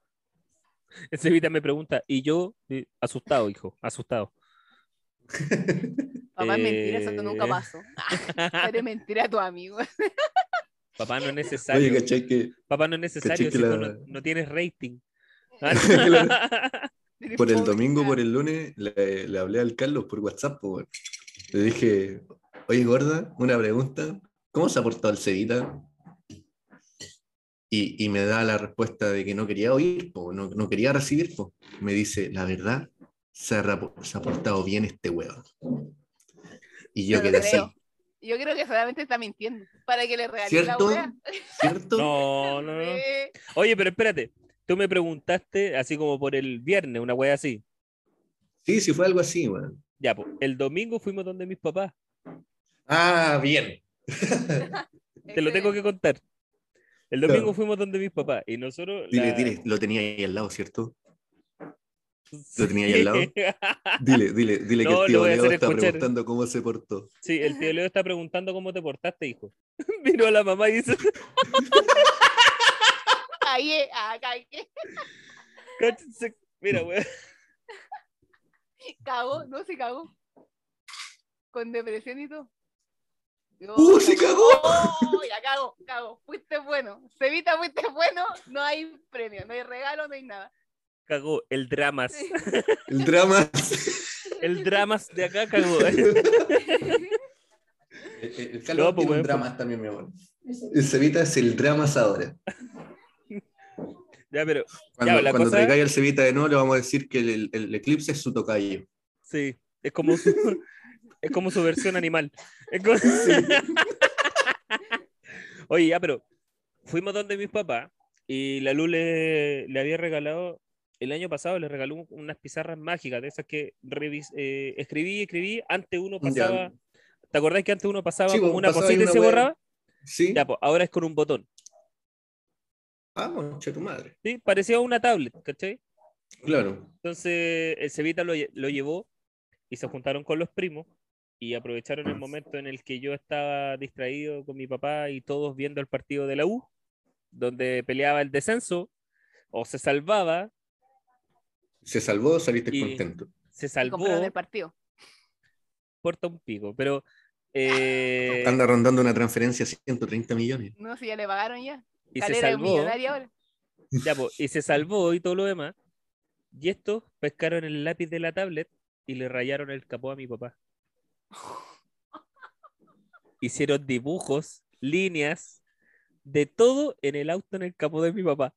El Cevita me pregunta, y yo, eh, asustado, hijo, asustado.
Papá, es mentira, eso nunca
Eh. [laughs]
pasó. Ah, eres mentira a tu
[laughs]
amigo.
Papá no es
Oye,
necesario.
caché que
Papá no es necesario,
caché que
si tú
la-
no, no
[laughs]
tienes rating.
Eres
por el
pobre,
domingo,
ya.
por el lunes, le, le hablé al Carlos por WhatsApp. po, weón. Le dije, oye, gorda, una pregunta. ¿Cómo se ha portado el Cevita? Y, y me da la respuesta de que no quería oír, po, no, no quería recibir. po. Me dice, la verdad, se ha, rapo- se ha portado bien este huevo. Y yo
No lo
quedé así.
creo. Yo creo que solamente está mintiendo para que le regalen
¿Cierto?
la wea.
¿Cierto?
[laughs] Oh, no, no,
[laughs]
no.
Sí.
Oye, pero espérate. Tú me preguntaste, así como por el viernes, una wea así.
Sí, sí, fue algo así, weón.
Ya, po, el domingo fuimos donde mis papás.
Ah, bien.
Te lo tengo que contar. El
Claro.
domingo fuimos donde mis papás y nosotros.
Dile,
la- [laughs]
dile, lo tenía ahí al lado, ¿cierto?
Sí.
¿Lo tenía ahí al lado? Dile, dile, dile
No,
que
lo
el tío
voy a
Leo
hacer
está
escuchar.
preguntando cómo se portó.
[laughs] Sí, el tío Leo está preguntando cómo te portaste, hijo. [laughs] Vino la mamá y dice,
Cagué, ah, cagué,
"Cáchense". mira, weón.
cagó, no se cagó. Con depresión y todo. Dios,
¡Uh, se cagó!
Oh, ya cago, cago. Fuiste bueno. Sevita, fuiste bueno. No hay premio, no hay regalo, no hay nada.
Cagó, el dramas.
El drama.
El dramas de acá cagó.
El
Carlos No, pues, tiene un weón,
drama también, mi amor. El Cevita es el drama ahora.
[laughs] Ya, pero,
Cuando,
Ya, la
cuando
cosa-
traigáis al Cevita de nuevo, le vamos a decir que el, el- el eclipse es su tocayo.
sí, es como
[laughs]
su, es como su versión animal. Es como- [laughs] Oye, ya, pero fuimos donde mis papás y la Lu le, le había regalado, el año pasado le regaló un- unas pizarras mágicas, de esas que revis- eh, escribí, escribí, antes uno
Ya.
pasaba... ¿Te acordás que antes uno pasaba
Sí,
como
vos
una
pasabas
cosita y
una
se
wea.
borraba?
¿Sí?
Ya, pues, ahora es con un botón.
Vamos, che tu madre.
¿sí? Parecía una tablet, ¿cachai?
Claro.
Entonces el Cevita lo, lle- lo llevó y se juntaron con los primos y aprovecharon el momento en el que yo estaba distraído con mi papá y todos viendo el partido de la U, donde peleaba el descenso o se salvaba,
Se salvó, saliste
Y-
contento.
se
Y compraron el
salvó,
partido.
porta un pico,
[laughs]
pero... eh,
Anda rondando una transferencia a 130 millones.
No, si ya le pagaron ya.
y se
Calera es
salvó,
millonaria ahora. [laughs]
ya, po, y se salvó y todo lo demás. Y estos pescaron el lápiz de la tablet y le rayaron el capó a mi
[laughs]
papá. Hicieron dibujos, líneas, de todo en el auto en el capó de mi papá.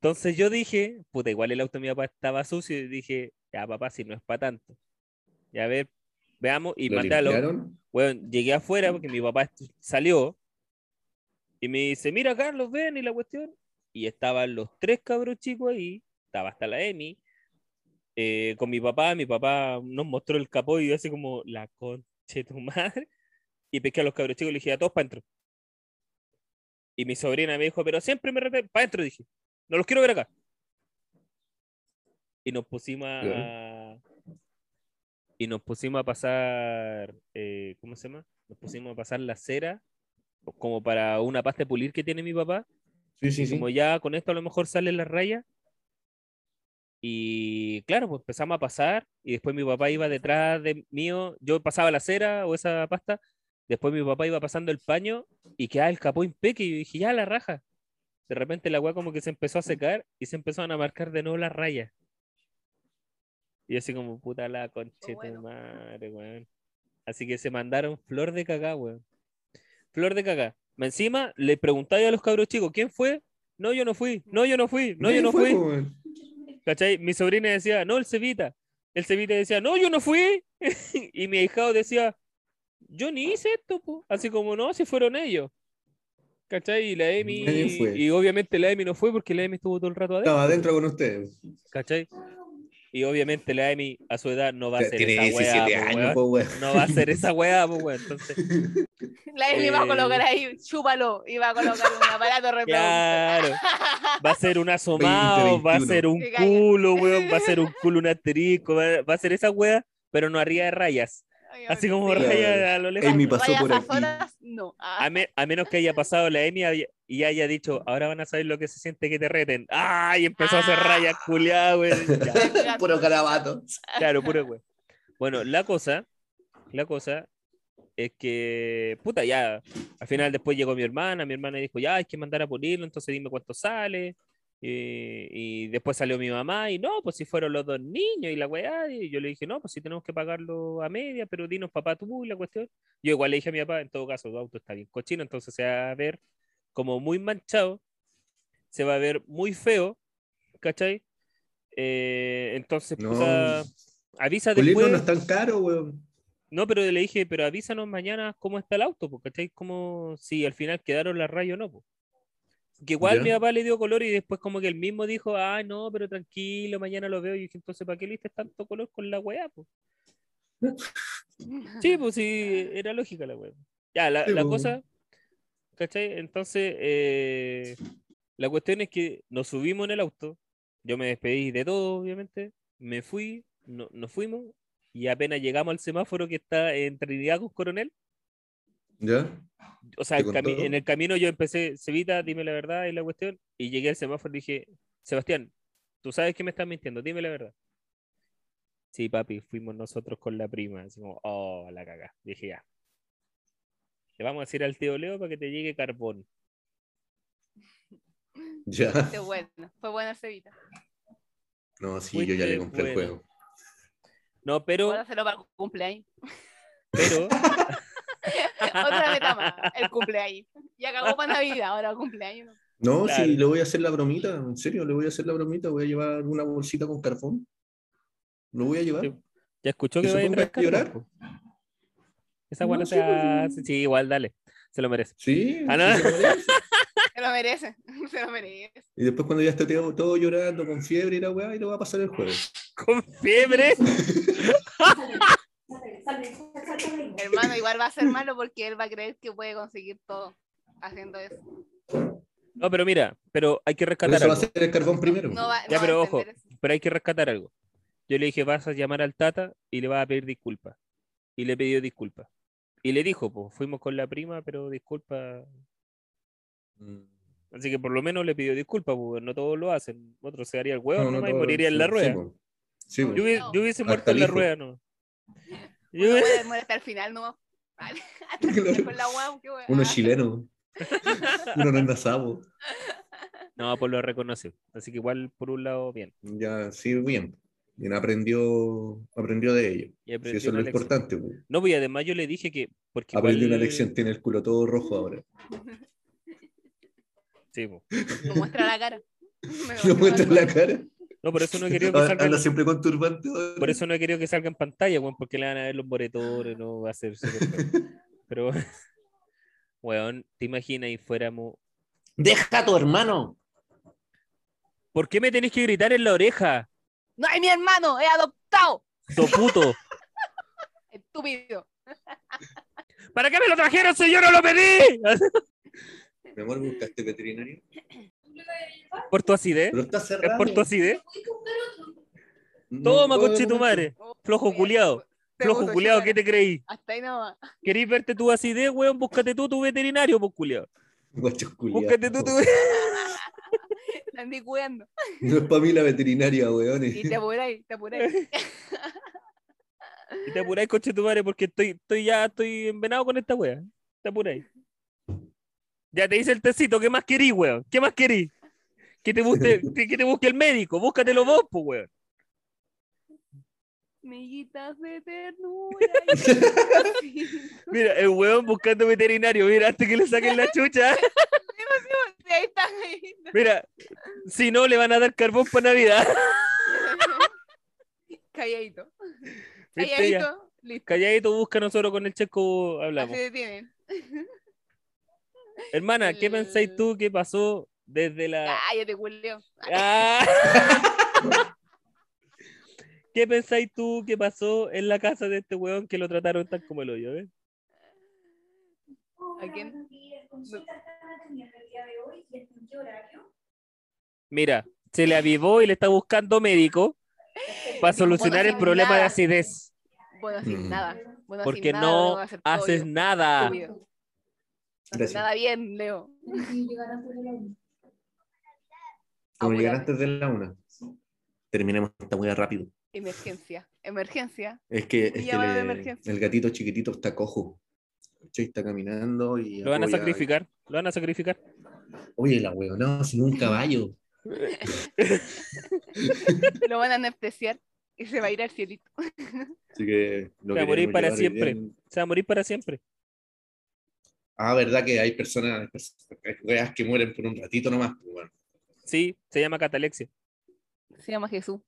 Entonces yo dije, puta, igual el auto de mi papá estaba sucio y dije, ya papá, si no es para tanto. Ya a ver, veamos y
¿Lo
mandé a los-
limpiaron?
bueno, llegué afuera porque mi papá est- salió y me dice, mira Carlos, ven y la cuestión. Y estaban los tres cabros chicos ahí, estaba hasta la Emi, eh, con mi papá, mi papá nos mostró el capó y yo así como, la conche tu madre. Y pesqué a los cabros chicos y le dije, a todos para adentro. Y mi sobrina me dijo, pero siempre me repite, para adentro dije, no los quiero ver acá. Y nos pusimos a-
Ya.
Y nos pusimos a pasar, eh, ¿cómo se llama? Nos pusimos a pasar la cera, como para una pasta de pulir que tiene mi papá.
Sí, sí, sí.
Como ya con esto a lo mejor salen las rayas. Y claro, pues empezamos a pasar y después mi papá iba detrás de mío, yo pasaba la cera o esa pasta, después mi papá iba pasando el paño y quedaba el capó impeque y yo dije, ya la raja. De repente la agua como que se empezó a secar y se empezaron a marcar de nuevo las rayas. Y yo así como, puta la concheta
bueno.
madre, weón. Así que se mandaron flor de cagá, weón. Flor de cagá. Encima le preguntáis a los cabros chicos, ¿quién fue? no, yo no fui, no, yo no fui, no, yo no
fue,
fui.
po, weón.
¿Cachai? Mi sobrina decía, no, el Cevita. El Cevita decía, no, yo no fui. [laughs] y mi hijado decía, yo ni hice esto, po. Así como, no, si fueron ellos. ¿Cachai? Y la Emi,
Nadie fue.
y obviamente la Emi no fue porque la Emi estuvo todo el rato adentro,
Estaba adentro con ustedes.
¿cachai? Y obviamente la Emi a su edad no va a ser
Tiene
esa weá,
17
po,
años,
weón.
po, weón.
No va a ser esa weá, po, weón. Entonces,
La Emily va a colocar
Eh.
ahí, chúpalo, y va a colocar un
[laughs]
aparato reproductor.
Claro. Va a ser un asomado,
20,
va a ser un
Sí, gallo.
culo, weón, va a ser un culo, un asterisco, va va a ser esa wea, pero no arriba de rayas.
Ay,
Así como
hombre.
Claro.
rayas a lo lejos.
Amy pasó
Vaya
por
esas
aquí.
horas, no. Ah,
A, me- a menos que haya pasado la Emi y- y haya dicho, ahora van a saber lo que se siente que te reten. ¡Ay! Empezó a hacer
Ah.
rayas, culiado, weón. Ya.
ya.
Puro carabato.
Claro, pura wea. Bueno, la cosa, la cosa es que, puta, ya, al final después llegó mi hermana, mi hermana dijo, ya, hay que mandar a pulirlo, entonces dime cuánto sale. eh, y después salió mi mamá y no, pues si fueron los dos niños y la weá, y yo le dije, no, pues si tenemos que pagarlo a media, pero dinos papá tú y la cuestión. Yo igual le dije a mi papá, en todo caso, tu auto está bien cochino, entonces se va a ver como muy manchado, se va a ver muy feo, ¿cachai? Eh, entonces,
No.
puta, avisa
Pulirlo
después.
no
No,
es tan caro, weón.
pero le dije, pero avísanos mañana cómo está el auto, porque ¿cachai? Como si al final quedaron las rayas o no, po. Que igual
Ya.
mi papá le dio color y después como que él mismo dijo, ah, no, pero tranquilo, mañana lo veo. Y yo dije, entonces, ¿para qué le diste tanto color con la weá, po?
[laughs]
Sí, pues sí, era lógica la web. Ya, la,
Sí,
la
pues.
cosa, ¿cachai? Entonces, eh, la cuestión es que nos subimos en el auto, yo me despedí de todo, obviamente, me fui, no, nos fuimos, y apenas llegamos al semáforo que está en Trinidad con Coronel,
¿Ya?
o sea,
¿Te
el cami-
contó?
en el camino yo empecé, Cevita, dime la verdad y la cuestión, y llegué al semáforo y dije, Sebastián, tú sabes que me estás mintiendo, dime la verdad. Sí, papi, fuimos nosotros con la prima, así como, oh, la cagá. Dije, ya. Le vamos a decir al tío Leo para que te llegue carbón.
Ya.
Qué bueno, fue buena cevita.
No, sí, yo ya le
Fuiste
compré el
bueno.
juego.
No, pero,
Ahora se lo para el cumpleaños.
pero,
[laughs] Otra meta más, el cumpleaños. Ya acabó para Navidad, ahora cumpleaños. ¿no?
No,
Claro.
sí, le voy a hacer la bromita, en serio, le voy a hacer la bromita, voy a llevar una bolsita con carbón. Lo voy a llevar.
Sí. ya escuchó
¿Que
que
se
va a
ponga a
entrar
llorar?
carbón. Esa guana
No, sí,
se hace- sí, igual, dale, se lo merece. [laughs]
Sí.
Ah, no.
sí se lo
[laughs]
merece.
Se lo merece, [laughs] se lo merece.
Y después cuando ya esté todo, todo llorando con fiebre y la weá, y lo va a pasar el juego.
Con fiebre.
Sale, sale, sale, sale.
Hermano, igual va a ser malo porque él va a creer que puede conseguir todo haciendo eso.
No, pero mira, pero hay que
Por
rescatar
eso va a
algo.
ser el carbón primero.
No va, no
Ya,
va
pero
a
ojo.
entender eso.
pero hay que rescatar algo. Yo le dije, vas a llamar al Tata y le vas a pedir disculpas. Y le pidió disculpas. Y le dijo, pues, fuimos con la prima, pero disculpa.
Mm.
Así que por lo menos le pidió disculpas, porque no todos lo hacen. Otro se haría el huevo
No, no
nomás y
todo-
moriría en la
sí,
rueda.
Sí, po. Sí, po.
yo, hubiese, yo hubiese
Hasta
muerto en
el
la
hijo.
rueda, ¿no? Yo-
Uno puede demorar hasta el final,
[laughs]
¿no? Vale, hasta el final [laughs] con la guau, qué buena.
Uno es chileno. [laughs] Uno no es nasabo.
[laughs] no, pues lo reconoció. Así que igual, por un lado, bien.
Ya, sí, bien. Bien, aprendió, aprendió de ello.
Y
Sí,
aprendió
eso es
una
lo
lección.
importante. po.
No, pues y además yo le dije que... Porque
Aprendió una
igual-
lección, tiene el culo todo rojo ahora. [laughs]
Sí, pues. po.
No muestra la
[laughs]
cara. Me
Lo
me
muestra en
va-
la cara.
No, por eso no
[laughs]
he querido que
Habla
salga...
habla siempre con turbante. ahora.
Por eso no he querido que salga en pantalla, weón, porque le van a ver los moretones, no va a ser súper feo.
[laughs]
Pero, weón, te imaginas y fuéramos.
Deja a tu hermano.
¿Por qué me tenés que gritar en la oreja?
No es mi hermano, he adoptado.
¡Do puto!
Estúpido.
[laughs] ¿Para qué me lo trajeron si yo no lo pedí? [laughs]
Mi amor, buscaste veterinario.
¿Tú le vas a llevar?
¿Por tu acidez?
Pero está cerrado.
¿Eh? ¿Es por tu acidez?
¿Puedes comprar otro?
No
Toma,
puedo,
coche tu
no
madre.
Oh,
Flojo
mira,
culiao,
te
Flojo
puso
culiado,
chupala.
¿qué te creí?
Hasta ahí nomás. [laughs]
¿Querís verte tu acidez, weón? Búscate tú tu veterinario, pues culiado.
puedo. Guachos culiados.
Búscate tú tu
Te andí cuidando.
No es para mí la veterinaria, weones.
Y te apuráis, te apuráis.
Y te apuráis, coche tu madre, porque estoy, estoy ya estoy envenado con esta wea. Te apuráis. Ya te hice el tecito, ¿qué más querís, weón? ¿Qué más querís? Que te, guste, que que te busque el médico, búscatelo vos, pues, weón.
Miguitas de ternura.
[laughs]
y-
Mira, el weón buscando veterinario, mira, antes que le saquen la chucha.
Sí, ahí está. ahí está.
Mira, si no, le van a dar carbón
[laughs]
para Navidad.
Calladito.
¿Viste? Ya,
Calladito, listo.
Calladito, busca nosotros con el checo hablamos.
Así detienen.
Hermana, ¿qué
El-
pensáis tú que pasó desde la...
Cállate, Julio.
Ah. [laughs] ¿Qué pensáis tú que pasó en la casa de este weón que lo trataron tan como el hoyo? eh?
¿A quién?
Consultas están atendiendo el día de hoy y en qué horario.
Mira, se le avivó y le está buscando médico para solucionar el
sin
problema de
nada.
acidez.
Bueno, sin
Mm.
nada. Bueno,
Porque
sin nada,
no
lo aceptó
haces
yo.
nada.
Estúpido. No haces
Gracias.
Nada bien, Leo.
Y llegar antes de la una.
Como
Apurate.
llegar antes de la una. Terminemos esta hueá rápido.
Emergencia. Emergencia.
Es que, es que
Llamada de
le-
emergencia.
el gatito chiquitito está cojo. ¿Cachai? Está caminando y.
Lo van a
apoya-
sacrificar. Lo van a sacrificar.
Oye, la hueá, no, sin un caballo.
Lo van a anestesiar y se va a ir al cielito.
Así que. Lo
Va a
queríamos
morir para
llevar hoy día
siempre.
en-
Se va a morir para siempre.
Ah, verdad que hay personas, hay weas que mueren por un ratito nomás. pues, bueno.
Sí, se llama catalexia.
Se llama Jesús.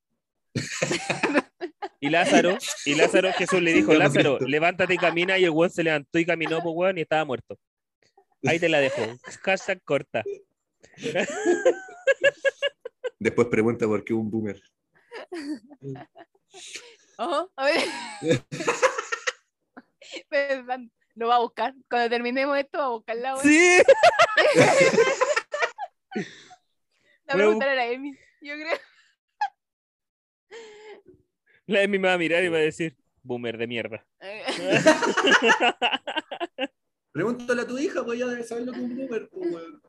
Y Lázaro, y Lázaro, Jesús le dijo,
Llama
Lázaro,
Cristo.
levántate y camina, y el weón se levantó y caminó, pues weón, y estaba muerto. Ahí te la dejo. Hashtag corta.
Después pregunta por qué un boomer.
Ojo, a ver.
[laughs]
Pensando, Lo va a buscar. Cuando terminemos esto, va a buscar la web.
¡Sí!
La
voy a
pregunta era Emi. Yo creo. [laughs]
La Emi me va a mirar y va a decir, boomer de mierda. [laughs]
Pregúntale a tu hija, pues ya debe saber lo que es un boomer. pues,
[laughs]
weón.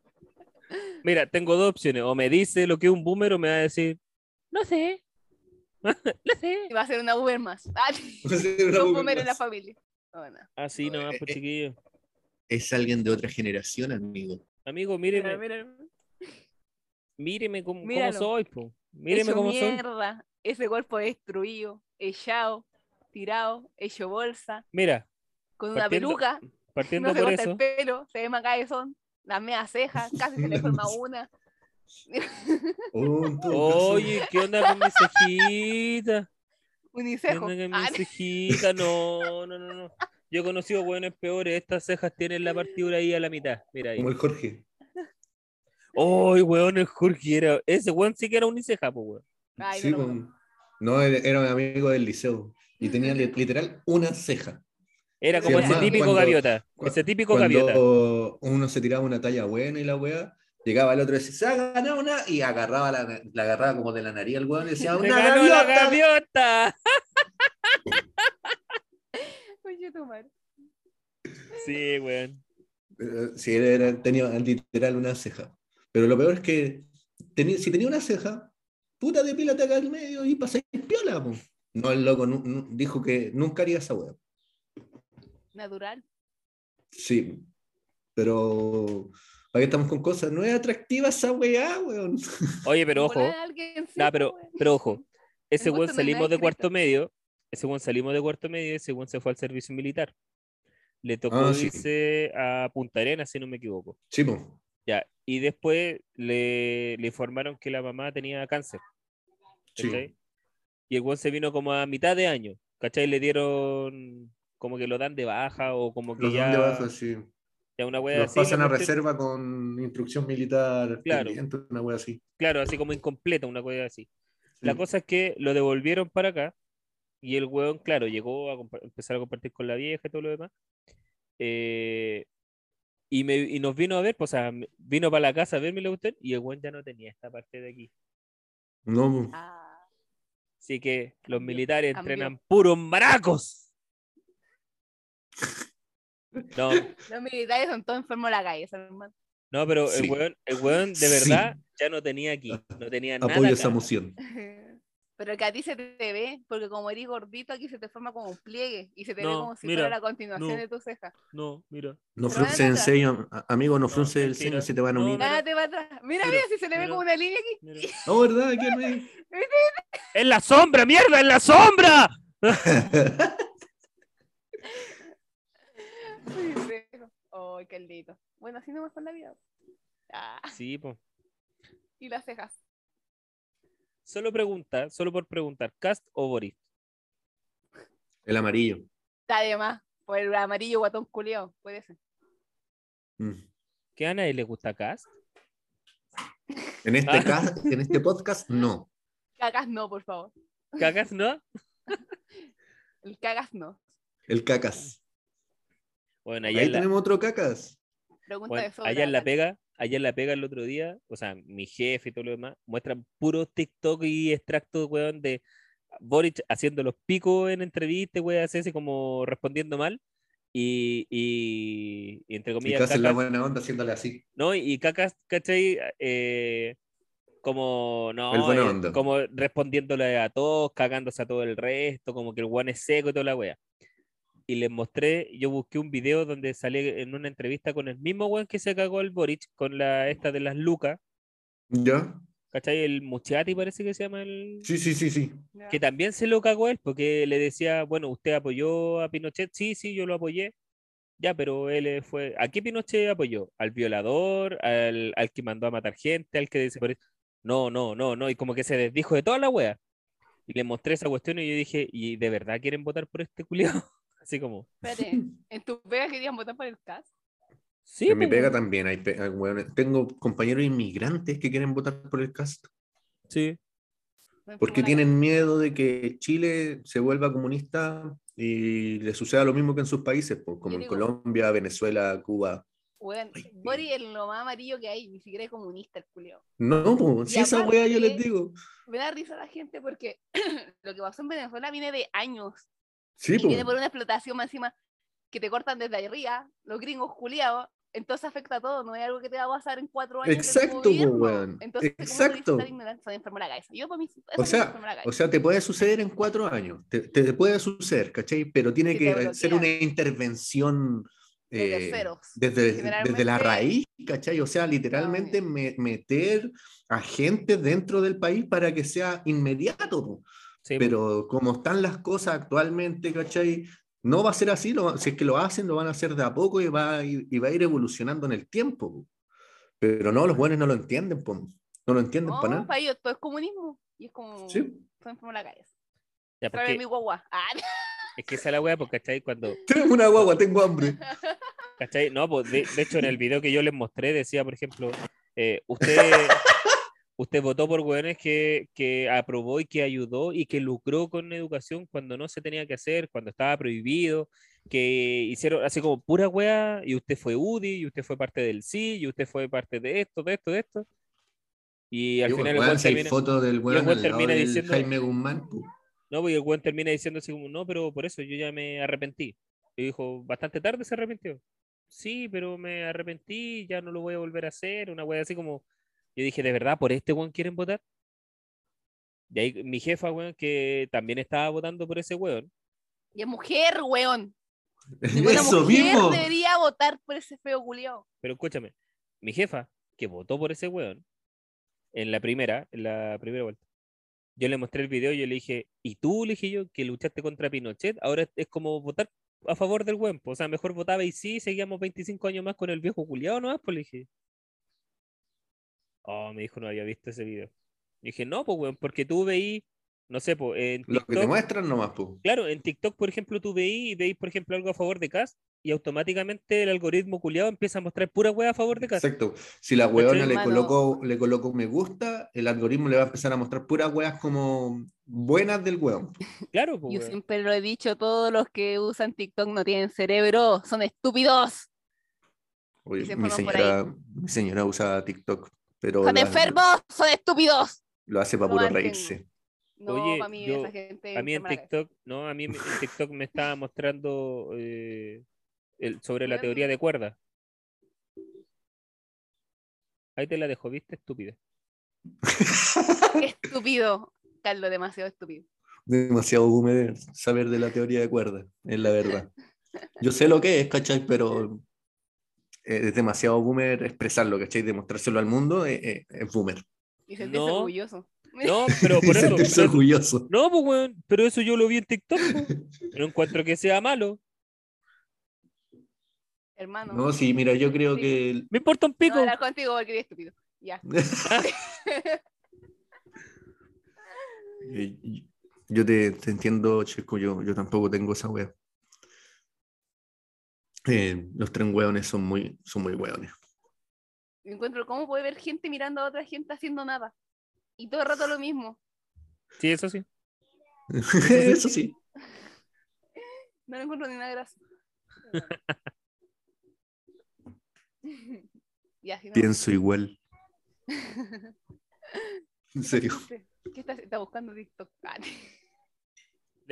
[laughs]
Mira, tengo dos opciones. O me dice lo que es un boomer o me va a decir, no [laughs] sé. no sé.
Y va a ser una Uber más. Ah,
Va a ser una
Dos
boomer
Uber en la
más.
familia. Bueno,
Así nomás, pues chiquillo.
Es alguien de otra generación, amigo.
Amigo,
mira,
míreme,
mira.
míreme cómo, cómo
Míralo.
soy, po. Míreme
hecho
cómo soy.
mierda. Ese cuerpo destruido, echado, tirado, hecho bolsa,
Mira,
con una
Partiendo-
peluca.
partiendo
No se
por
corta
eso.
el pelo, se ve más cabezón, las medias cejas, casi se
[laughs]
le forma una.
Oh, en todo
Oye, ¿qué onda con mi cejita?
[laughs]
¿Qué
Unicejo.
onda con
Ah,
mi cejita? No, no, no, no. Yo he conocido hueones peores. Estas cejas tienen la partidura ahí a la mitad. Mira
caso,
ahí.
Como el Jorge.
¡Ay, weón! El Jorge era. Ese weón sí que era uniceja, po, weón.
ay,
Sí,
no lo
pues,
conozco.
no, era era un amigo del liceo. Y
[laughs]
tenía li- literal una ceja.
Era
Sí,
como ese
además,
típico
cuando-
gaviota.
cu-
Ese típico gaviota.
Cuando uno se tiraba una talla buena y la weá, llegaba el otro y decía, se ha ganado una, y agarraba la, la agarraba como de la nariz el weón y
[laughs]
decía,
¡Me
una
ganó la
gaviota".
gaviota!
Coño tu madre.
Sí, weón.
Pero Sí, eh, era- era- tenía literal una ceja. Pero lo peor es que tenía- si tenía una ceja, puta de pila te acá al medio y pasáis piola. po. No, el loco nu- nu- dijo que nunca haría esa weá.
Natural.
Sí, pero ¿para qué estamos con cosas? No es atractiva esa weá, weón.
Oye, pero ojo.
Hola, alguien, sí, pues,
Nah, pero,
weón.
pero ojo. Ese
El gusto
weón
no es
salimos
nada
de cuarto
escrito.
medio. Ese weón salimos de cuarto medio. Ese weón se fue al servicio militar. Le tocó
Ah, sí.
irse a Punta Arenas, si no me equivoco.
Sí, po.
Ya, y después le, le informaron que la mamá tenía cáncer.
Sí.
¿cachai? Y el weón se vino como a mitad de año, ¿cachai? Le dieron como que lo dan de baja o como que
Los
ya,
dan de baja, sí.
ya una wea
Los
así, la
pasan a
cuestión-
reserva con instrucción militar,
Claro.
pendiente, una weá así.
Claro, así como incompleta, una wea así. La
Sí.
cosa es que lo devolvieron para acá y el weón, claro, llegó a compa- empezar a compartir con la vieja y todo lo demás. Eh, y, me, y nos vino a ver, pues, o sea, vino para la casa a verme la cuestión y el weón ya no tenía esta parte de aquí.
No, po.
Ah,
Así que los
Cambió,
militares
cambió.
entrenan puros maracos. No,
los militares son todos enfermos de la cabeza, hermano.
no, pero
Sí.
el, weón, el weón de
Sí.
verdad ya no tenía aquí. No tenía nada.
apoyo
acá.
esa moción.
[laughs] Pero que a ti se te ve, porque como eres gordito, aquí se te forma como un pliegue y se te ve
No,
como si
mira,
fuera la continuación
no.
de tu ceja.
No, mira.
Pero
No frunces
van
el
atrás.
sello, a- amigo, no frunces el
mentira.
sello, se te van a
No,
unir.
mira.
Gánate para atrás. Mira, mira,
Mira,
si se le ve
mira.
como una línea aquí.
mira.
No, ¿verdad? ¿Quién es?
¡En la sombra, mierda! ¡En la sombra!
Ay, pero- Ay, qué lindo. Bueno, así nomás con la vida. Ah,
Sí, po.
y las cejas.
Solo pregunta, solo por preguntar, ¿Cast o Boris?
El amarillo.
Está de más. Por el amarillo guatón culiao, puede ser.
Mm.
¿Qué a nadie le gusta Cast?
En este,
Ah.
ca- en este podcast, no.
Cagas no, por favor.
¿Cagas, no?
El cagas no.
El cacas.
Bueno, allá,
Ahí
en la,
tenemos otro cacas.
Pregunta
bueno,
de sobra.
allá en la pega, allá en la pega el otro día, o sea, mi jefe y todo lo demás, muestran puro TikTok y extractos, weón, de Boric haciendo los picos en entrevistas, weón, así así como respondiendo mal. Y, y- y entre
Y
comillas,
Cacas en la
Cacas-
buena onda haciéndole así.
¿no? Y y Cacas, ¿cachai? Eh, como, no,
El buena
eh,
onda.
como respondiéndole a todos, cagándose a todo el resto, como que el guan es seco y toda la wea. Y les mostré, yo busqué un video donde salí en una entrevista con el mismo guan que se cagó el Boric, con la esta de las lucas,
¿Ya?
¿cachai? El Muchiati parece que se llama el...
Sí, sí, sí, sí.
Ya.
Que también se lo cagó él, porque le decía, bueno, usted apoyó a Pinochet, sí, sí, yo lo apoyé. Ya, pero él eh, fue. ¿A qué Pinochet apoyó? ¿Al violador? ¿Al, al que mandó a matar gente? ¿Al que dice No, no, no, no. Y como que se desdijo de toda la wea. Y le mostré esa cuestión y yo dije, ¿y de verdad quieren votar por este culiao? [laughs] Así como,
Espérate, ¿en tu pega querían votar por el CAS?
sí.
en mi
pues,
pega
weón".
también hay, pe- hay hueones. Tengo compañeros inmigrantes que quieren votar por el cast.
Sí.
No es
Porque
una-
tienen miedo de que Chile se vuelva comunista y le suceda lo mismo que en sus países, po, como
Yo
en
digo-
Colombia, Venezuela, Cuba.
Weón,
Ay,
Bori es lo más amarillo que hay, ni siquiera es comunista el culiao.
No, po, si
Y
esa weá yo les
aparte-
digo.
Me da risa la gente porque [clears throat] lo que pasó en Venezuela viene de años.
Sí, pues.
y
po.
viene por una explotación más encima que te cortan desde arriba, los gringos culiados, entonces afecta a todo, no es algo que te va a pasar en cuatro años. del
Exacto, po,
gobierno.
weón.
Entonces, ¿cómo
Exacto.
podéis estar ignorante? Soy enfermera de cabeza. Yo para mí, eso
O
me hace
sea,
enfermera de
o
cabeza.
sea, te puede suceder en cuatro años, te, te puede suceder, ¿cachai? Pero tiene
Si te
que eh, ser
bloquean.
una intervención
De
eh,
terceros.
desde, desde la
Generalmente-
raíz, ¿cachai? O sea, literalmente me- meter a gente dentro del país para que sea inmediato. po.
sí, pues.
Pero como están las cosas actualmente, ¿cachai? No va a ser así, lo- si es que lo hacen, lo van a hacer de a poco y va a ir, y va a ir evolucionando en el tiempo. po. Pero no, los buenos no lo entienden, po. no lo entienden
No,
para nada.
para ellos todo es comunismo. Y es como,
Sí.
soy enfermera de cabeza.
Ya,
Tráeme mi
porque
guagua. Ah, [laughs]
es que esa es la wea, porque ¿cachai? Cuando,
Tengo una guagua, tengo hambre.
¿Cachai? No, pues de, de hecho en el video que yo les mostré decía, por ejemplo, eh, usted, usted votó por hueones que, que aprobó y que ayudó y que lucró con educación cuando no se tenía que hacer, cuando estaba prohibido, que hicieron así como pura hueá, y usted fue UDI, y usted fue parte del sí, y usted fue parte de esto, de esto, de esto. Y al
Sí, pues,
final
weón,
el hueón
si hay
termina,
fotos del
el
weón
weón
al lado
termina
del
diciendo-
Jaime Guzmán. pu.
no, pues, y el hueón termina diciendo así como, no, pero por eso yo ya me arrepentí. Y dijo, bastante tarde se arrepintió. Sí, pero me arrepentí, ya no lo voy a volver a hacer. Una wea así como, yo dije, ¿de verdad por este hueón quieren votar? Y ahí mi jefa, weón, que también estaba votando por ese weón.
y es mujer, weón.
[laughs]
Ninguna
Eso
mujer
mismo.
debería votar por ese feo culiao.
Pero escúchame, mi jefa, que votó por ese weón, en la primera, en la primera vuelta, yo le mostré el video y yo le dije, ¿y tú, le dije yo, que luchaste contra Pinochet? Ahora es como votar a favor del weón. po". O sea, mejor votaba y sí, seguíamos 25 años más con el viejo culiado, ¿no? Pues le dije. Oh, me dijo, no había visto ese video. Le dije, no, pues weón, porque tú veí, no sé, pues, en
Lo que te
TikTok-
muestran nomás, pu.
Claro, en TikTok, por ejemplo, tú veí y veis, por ejemplo, algo a favor de Cast y automáticamente el algoritmo culiado empieza a mostrar pura wea a favor de Cast.
Exacto. Si la weona le
Hermano.
colocó, le colocó me gusta, el algoritmo le va a empezar a mostrar puras weas como buenas del weón.
Claro, pues,
Yo
weón.
siempre lo he dicho, todos los que usan TikTok no tienen cerebro, son estúpidos.
Oye,
Y se
mi,
fueron por
señora, mi señora usa TikTok, pero
Son
lo,
enfermos, son estúpidos.
lo hace
Lo
para puro
mantengo.
reírse.
No,
Oye,
para mí
yo-
esa gente.
A mí en
enferma la
TikTok, no, a mí en TikTok me estaba mostrando eh, el- sobre la
Weón.
teoría de cuerdas. Ahí te la dejo,
[laughs]
¿viste? Estúpida.
cabeza. Estúpido, Carlos, demasiado estúpido.
Demasiado húmedo saber de la teoría de cuerdas, es la verdad. Yo sé lo que es, ¿cachai? Pero eh, es demasiado boomer expresarlo, ¿cachai? Demostrárselo al mundo eh, eh, es boomer.
Y sentirse
No.
orgulloso. [laughs]
No, pero
[laughs] Y
por eso.
sentirse
pero-
orgulloso.
no, pues, weón, pero eso yo lo vi en TikTok. pues. No encuentro que sea malo.
Hermano,
No, sí, mira, yo creo
Sí.
que el-
Ah,
Me importa un
no voy a
pico.
hablar contigo porque eres estúpido. Ya.
Y- y- eh, Yo te, te entiendo, Checo, yo, yo tampoco tengo esa wea. Eh, los tren hueones son muy, son muy hueones.
Encuentro cómo puede ver gente mirando a otra gente haciendo nada. Y todo el rato lo mismo.
Sí, eso sí.
[laughs] Eso sí.
No le encuentro ni una [laughs] gracia. y así no.
Pienso igual. En serio.
[laughs] ¿Qué estás está buscando TikTok? [laughs]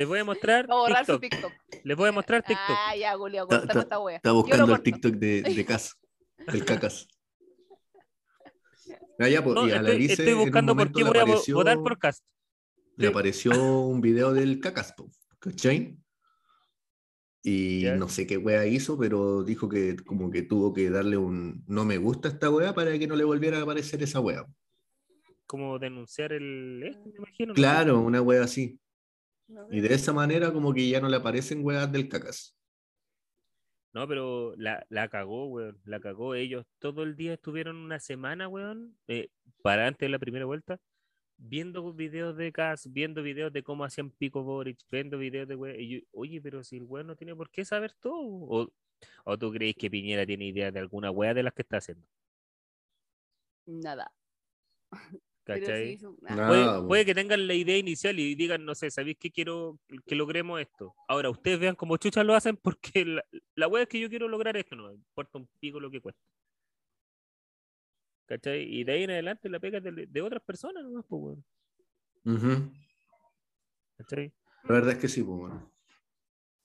Ah,
Les voy a mostrar
va a borrar su
TikTok.
TikTok.
Les voy a mostrar TikTok.
Ah, ya, Julio,
Ta-
cortamos
ta-
esta wea.
Estaba
Yo lo
buscando el
corto.
TikTok de, de Cas, el Cacas. Ah, ya, pues,
No,
y a la
estoy,
Lice
estoy
en un
buscando por
momento
qué
le
voy a vo-
apareció-
votar por Cast.
le apareció un video del cacas, po, ¿cachai? Y
Ya.
no sé qué wea hizo, pero dijo que como que tuvo que darle un no me gusta a esta wea para que no le volviera a aparecer esa wea.
Como denunciar el. eh, me imagino. no sé.
Claro, una wea así.
No,
Y de esa manera como que ya no le aparecen weas del cacas.
No, pero la, la cagó, weón. La cagó. Ellos todo el día estuvieron una semana, weón, eh, para antes de la primera vuelta, viendo videos de Cas, viendo videos de cómo hacían Pico Boric, viendo videos de weón. Y yo, Oye, pero si el weón no tiene por qué saber todo. ¿O, o tú crees que Piñera tiene idea de alguna weá de las que está haciendo?
Nada. Pero sí
¿Cachai?
hizo- ah,
No.
Puede,
Ah, bu-
puede que tengan la idea inicial y digan, no sé, ¿sabéis que quiero que logremos esto? Ahora, ustedes vean cómo chuchas lo hacen porque la, la wea es que yo quiero lograr esto, no me importa un pico lo que cueste. ¿Cachai? Y de ahí en adelante la pega es de, de otras personas, ¿no? Pues, weón,
Ujú.
¿cachai?
La verdad es que sí, pues bueno.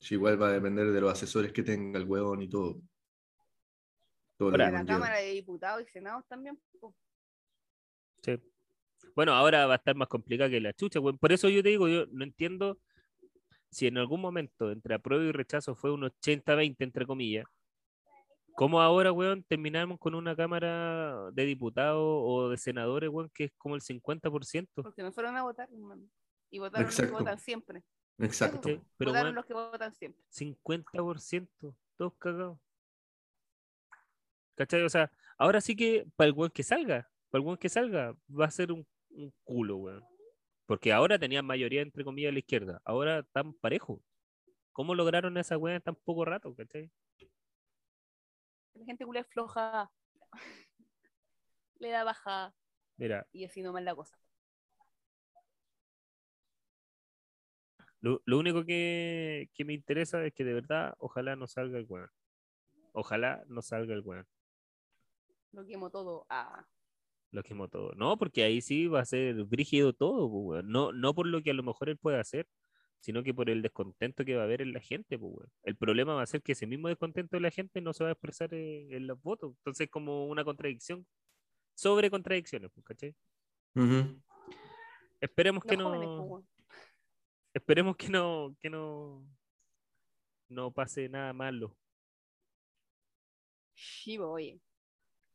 Sí, igual va a depender de los asesores que tenga el weón y todo. Todo lo
Ahora-
de
que
la
conlleva.
Cámara de Diputados y Senados también. po.
Bueno, ahora va a estar más complicada que la chucha, weón. Por eso yo te digo, yo no entiendo si en algún momento entre apruebo y rechazo fue un 80-20, entre comillas. ¿Cómo ahora, weón, terminamos con una Cámara de Diputados o de Senadores, weón, que es como el 50%?
Porque no fueron a votar, hermano. Y votaron los
Exacto.
que votan siempre.
Exacto.
¿cachai? Pero,
votaron
weón,
los que votan siempre.
50%, todos cagados. ¿Cachai? O sea, ahora sí que para el weón que salga, para el weón que salga, va a ser un, un culo, weón. Porque ahora tenían mayoría, entre comillas, de la izquierda. Ahora están parejo. ¿Cómo lograron esa weá en tan poco rato, cachai?
La gente culia es floja. [laughs] Le da baja.
Mira,
Y así nomás la cosa.
lo, lo único que, que me interesa es que de verdad, ojalá no salga el weón. Ojalá no salga el weón.
Lo quemo todo. Ah,
Lo quemó todo. No, porque ahí sí va a ser brígido todo, pues, weón. No, no por lo que a lo mejor él pueda hacer, sino que por el descontento que va a haber en la gente, pues, weón. El problema va a ser que ese mismo descontento de la gente no se va a expresar eh, en, los votos. Entonces, como una contradicción sobre contradicciones, pues, ¿cachai?
Ujú.
Esperemos que
los jóvenes, po,
no,
weón.
esperemos que no, que no, no pase nada malo.
Sí, bo, oye.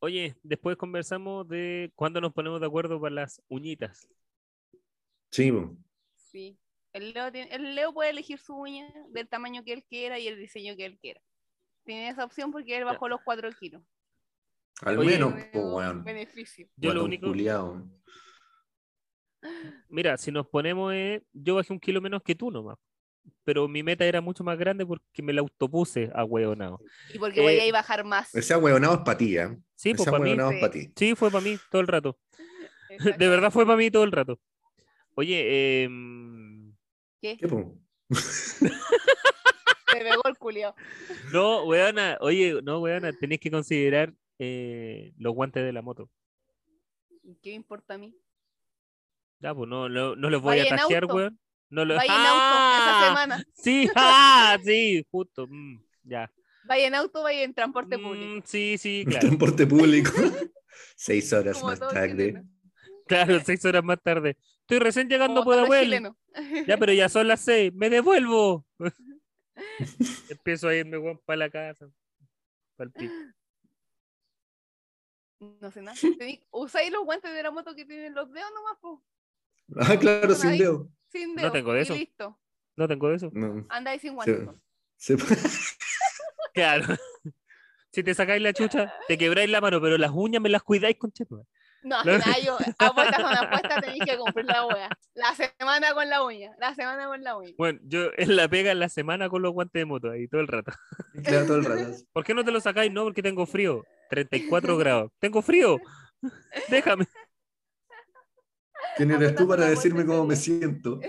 Oye, después conversamos de cuándo nos ponemos de acuerdo para las uñitas.
Sí, pues.
Sí. El Leo, tiene- el Leo puede elegir su uña del tamaño que él quiera y el diseño que él quiera. Tiene esa opción porque él bajó los 4 kilos.
Al
Oye,
menos,
Veo
pues
un
weón.
Beneficio.
Yo lo
Guatón
único,
culiao.
Mira, si nos ponemos, eh, yo bajé un kilo menos que tú nomás. Pero mi meta era mucho más grande porque me la autopuse a hueonado.
Y porque
Eh,
voy a ir a bajar más.
Ese ahueonado es para ti, ¿eh?
Sí, pues
Ese
para mí.
ahueonado es
sí.
para ti.
Sí, fue para mí todo el rato.
[laughs] Exacto.
[laughs]
[laughs]
De verdad fue para mí todo el rato. Oye, em,
¿Qué?
¿Qué, po?
Se pegó el culio.
no, weona, oye, no, weona, tenés que considerar eh, los guantes de la moto.
¿Qué me importa a mí?
Ya, pues no, no, no los voy
Vaya
a
en
tajear,
auto.
weón. No los...
Vaya
¡Ah!
en auto esa semana.
Sí, [laughs] ah, sí, justo. mm, ya.
Vaya en auto, vaya en transporte público.
Mm, sí, sí,
El
claro.
[laughs]
transporte público. Seis horas
Como
más
todo
tarde.
chileno.
Claro, seis horas más tarde. Estoy recién llegando,
Como
puedo
todo
vuelta.
chileno.
Ya, pero ya son las seis. ¡Me
[laughs]
devuelvo! Empiezo a irme, weón, para la casa. Pa'l pico.
No
[laughs]
sé nada. Tení- Usáis los guantes de la moto que tienen los dedos nomás, po.
Ah, claro, sin
Ahí.
dedo.
Sin
No
dedos.
tengo de
y
eso.
listo.
No tengo eso.
No,
Andáis sin guantes.
se-
po.
se-
[laughs] Claro. Si te sacáis la chucha, te quebráis la mano, pero las uñas me las cuidáis, conchetumare.
No, al final
[laughs]
yo, apuestas son apuestas, tenéis que cumplir la wea. La semana con la uña, la semana con la uña.
Bueno, yo en la pega en la semana con los guantes de moto ahí todo el rato.
Claro, todo el rato.
¿Por qué no te lo sacáis? No, porque tengo frío.
[laughs]
34 grados. Tengo frío. [laughs] Déjame.
¿Quién eres tú
Apuestas
para
son
decirme
apuestas,
cómo me
sería. [laughs]
siento?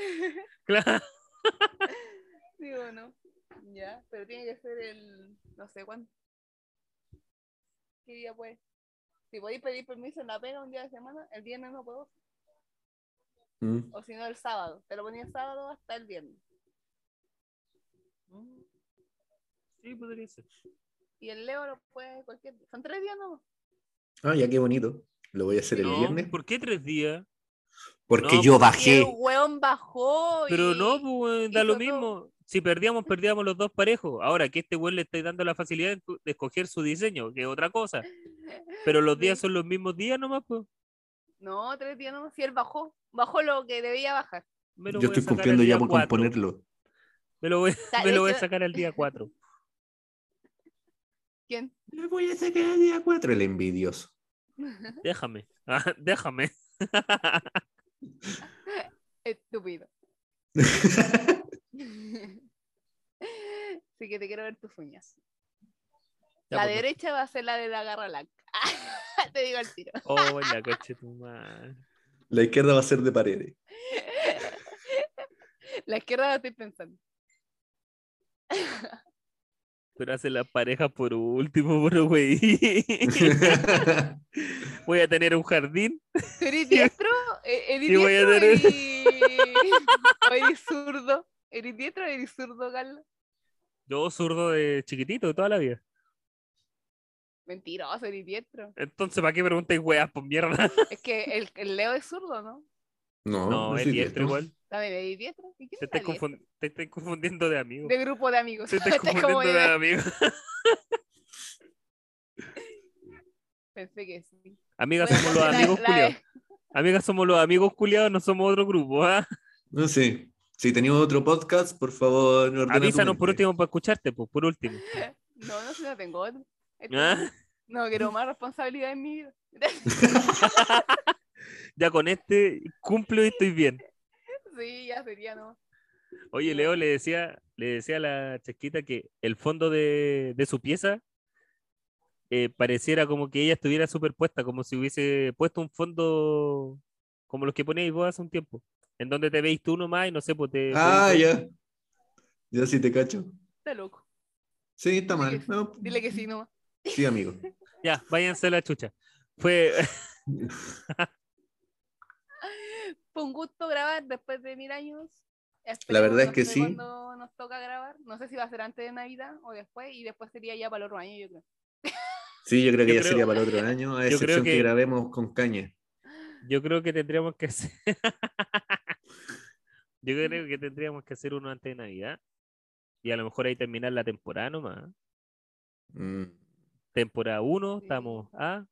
Claro.
Sí o no. Ya, pero tiene que ser el. No sé cuándo. ¿Qué día pues? Si podéis pedir permiso en la pega un día de semana, el viernes no puedo.
Mm.
O si no, el sábado. Te lo ponía el sábado hasta el viernes.
Sí, podría ser.
Y el Leo lo puede cualquier día. Son tres días no.
Ah, ya qué bonito. Lo voy a hacer el
No,
viernes.
¿Por qué tres días?
Porque
No,
yo
porque
Y
bajé.
el hueón bajó. y-
Pero no, pues, weón, da
hizo
lo
todo.
mismo. Si perdíamos, perdíamos los dos parejos. Ahora que este weón le estáis dando la facilidad de de escoger su diseño, que es otra cosa. Pero los días
Sí.
son los mismos días nomás, pues.
No, tres días no. Si él bajó. Bajó lo que debía bajar.
Me lo
Yo
voy a
estoy
sacar
cumpliendo
al
ya
día
por
cuatro.
componerlo.
Me lo voy,
sea,
me
de
lo voy a
hecho-
sacar al día
[laughs]
4.
¿Quién?
Me voy a sacar
Saca el día cuatro, el envidioso.
Déjame. [laughs] Ah, déjame.
[laughs] Estúpido. [laughs] Así que te quiero ver tus uñas.
Ya,
la
pues,
derecha va a ser la de la garra blanca. [laughs] te digo el tiro.
Oh, la coche tu madre.
[laughs] La izquierda va a ser de paredes.
La izquierda la estoy pensando.
Pero hace las parejas por último, [laughs] por güey. Voy a tener un jardín.
¿Tú eres diestro? ¿E- ¿Eres
Sí, voy a
diestro o
tener-
eres... o
[laughs]
eres zurdo? ¿Eres diestro o eres zurdo, Carlos?
Yo zurdo de chiquitito, toda la vida.
Mentiroso, eres diestro.
Entonces, ¿para qué preguntáis weas por mierda?
Es que el, el Leo es zurdo, ¿no?
No,
No,
no
es
soy
diestro
diestro.
igual.
También eres diestro. ¿Y quién
Te
está
estoy,
diestro?
confun- te estoy confundiendo de amigo.
De grupo de amigos. [laughs]
Te estoy
Estás como
confundiendo de
de- [laughs]
amigo.
Pensé que sí.
Amigas
Bueno,
somos los
[laughs] la-
amigos
la-
culiados. Amigas somos los amigos culiados, no somos otro grupo. ¿ah?
No sé. Si tenemos otro podcast, por favor, ordena tu
Avísanos por
mente.
último para escucharte, pues, por último.
No, no, si no tengo otro. Este-
¿Ah?
No, quiero más responsabilidad en mi vida. [laughs]
Ya con este cumplo y estoy bien.
sí, ya sería, ¿no?
Oye, Leo le decía, le decía a la chasquita que el fondo de, de su pieza eh, pareciera como que ella estuviera superpuesta, como si hubiese puesto un fondo como los que poníais vos hace un tiempo, en donde te veis tú nomás y no sé, pues te...
Ah,
podéis-
ya. Ya sí te cacho.
Está loco.
Sí, está
Dile
mal.
que-
No,
Dile que sí, nomás.
Sí, amigo.
Ya, váyanse a la chucha. Fue, [laughs]
Fue un gusto grabar después de mil años.
La verdad es
Esperemos,
que
no sé
sí.
cuándo nos toca grabar. No sé si va a ser antes de Navidad o después, y después sería ya para el otro año, yo creo.
Sí, yo creo que
Yo
ya
creo-
sería para el otro año, a
creo
excepción que...
que-
grabemos con caña.
yo creo que tendríamos que hacer... [laughs] yo creo que tendríamos que hacer uno antes de Navidad y a lo mejor ahí terminar la temporada nomás.
Mm.
temporada 1,
Sí.
estamos a...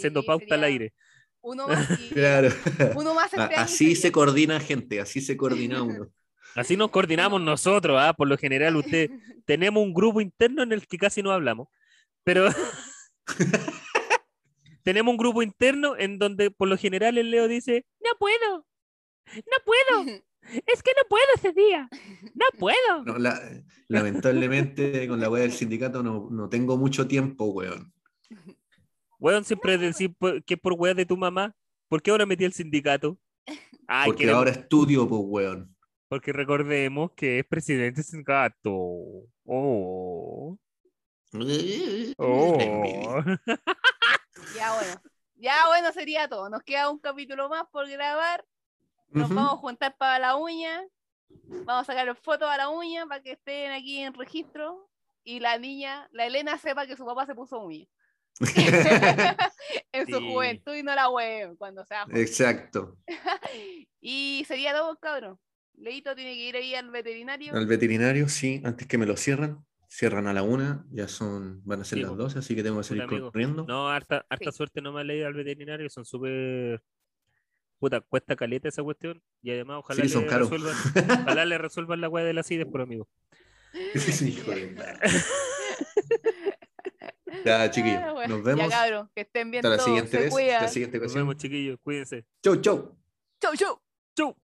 Sí,
haciendo pauta al
sería-
aire.
Uno
[laughs]
más. y-
Claro.
Uno más este
[laughs] A-
año.
Así
sería.
se
[laughs]
coordina gente, así se coordina uno.
Así nos coordinamos nosotros, ¿ah? por lo general
[laughs]
usted. Tenemos un grupo interno en el que casi no hablamos,
[laughs]
pero [laughs] tenemos un grupo interno en donde por lo general el Leo dice, no puedo, no puedo, es que no puedo ese día, no puedo.
No, la- lamentablemente, con la wea del sindicato no, no tengo mucho tiempo, weón.
Weón siempre decir po- que es por weas de tu mamá, ¿por qué ahora metí el sindicato? Ay,
Porque
queremos-
ahora estudio, pues, weón.
Porque recordemos que es presidente sin gato. Oh. Oh.
Ya bueno. Ya bueno, sería todo. Nos queda un capítulo más por grabar. Nos
Ujú.
vamos a juntar para la uña. Vamos a sacar fotos a la uña para que estén aquí en registro. Y la niña, la Elena, sepa que su papá se puso
[laughs]
uña. en su
Sí.
juventud y no la hueven cuando sea joven.
Exacto.
Y sería todo, cabrón. Leito tiene que ir ahí al veterinario.
Al veterinario, sí, antes que me lo cierren. Cierran a la una, ya son, van a ser
Sí,
las
po.
12, así que tengo que salir
Puta, amigo.
corriendo.
[laughs]
[laughs]
No, harta, harta
Sí.
suerte nomás leído al veterinario. Son súper. Puta, cuesta caleta esa cuestión. Y además, ojalá,
Sí, son
le,
caros.
resuelvan,
[laughs]
ojalá le resuelvan la weá de las CIDES, E por amigo. [laughs]
Sí, hijo de puta. Ya, chiquillos.
Ah, bueno.
Nos vemos.
Ya, cabrón, que estén bien
Hasta la
todos.
siguiente
Se
vez. Hasta
cuidan.
la siguiente
Nos
ocasión.
vemos, chiquillos. Cuídense.
Chau, chau.
Chau, chau.
Chau.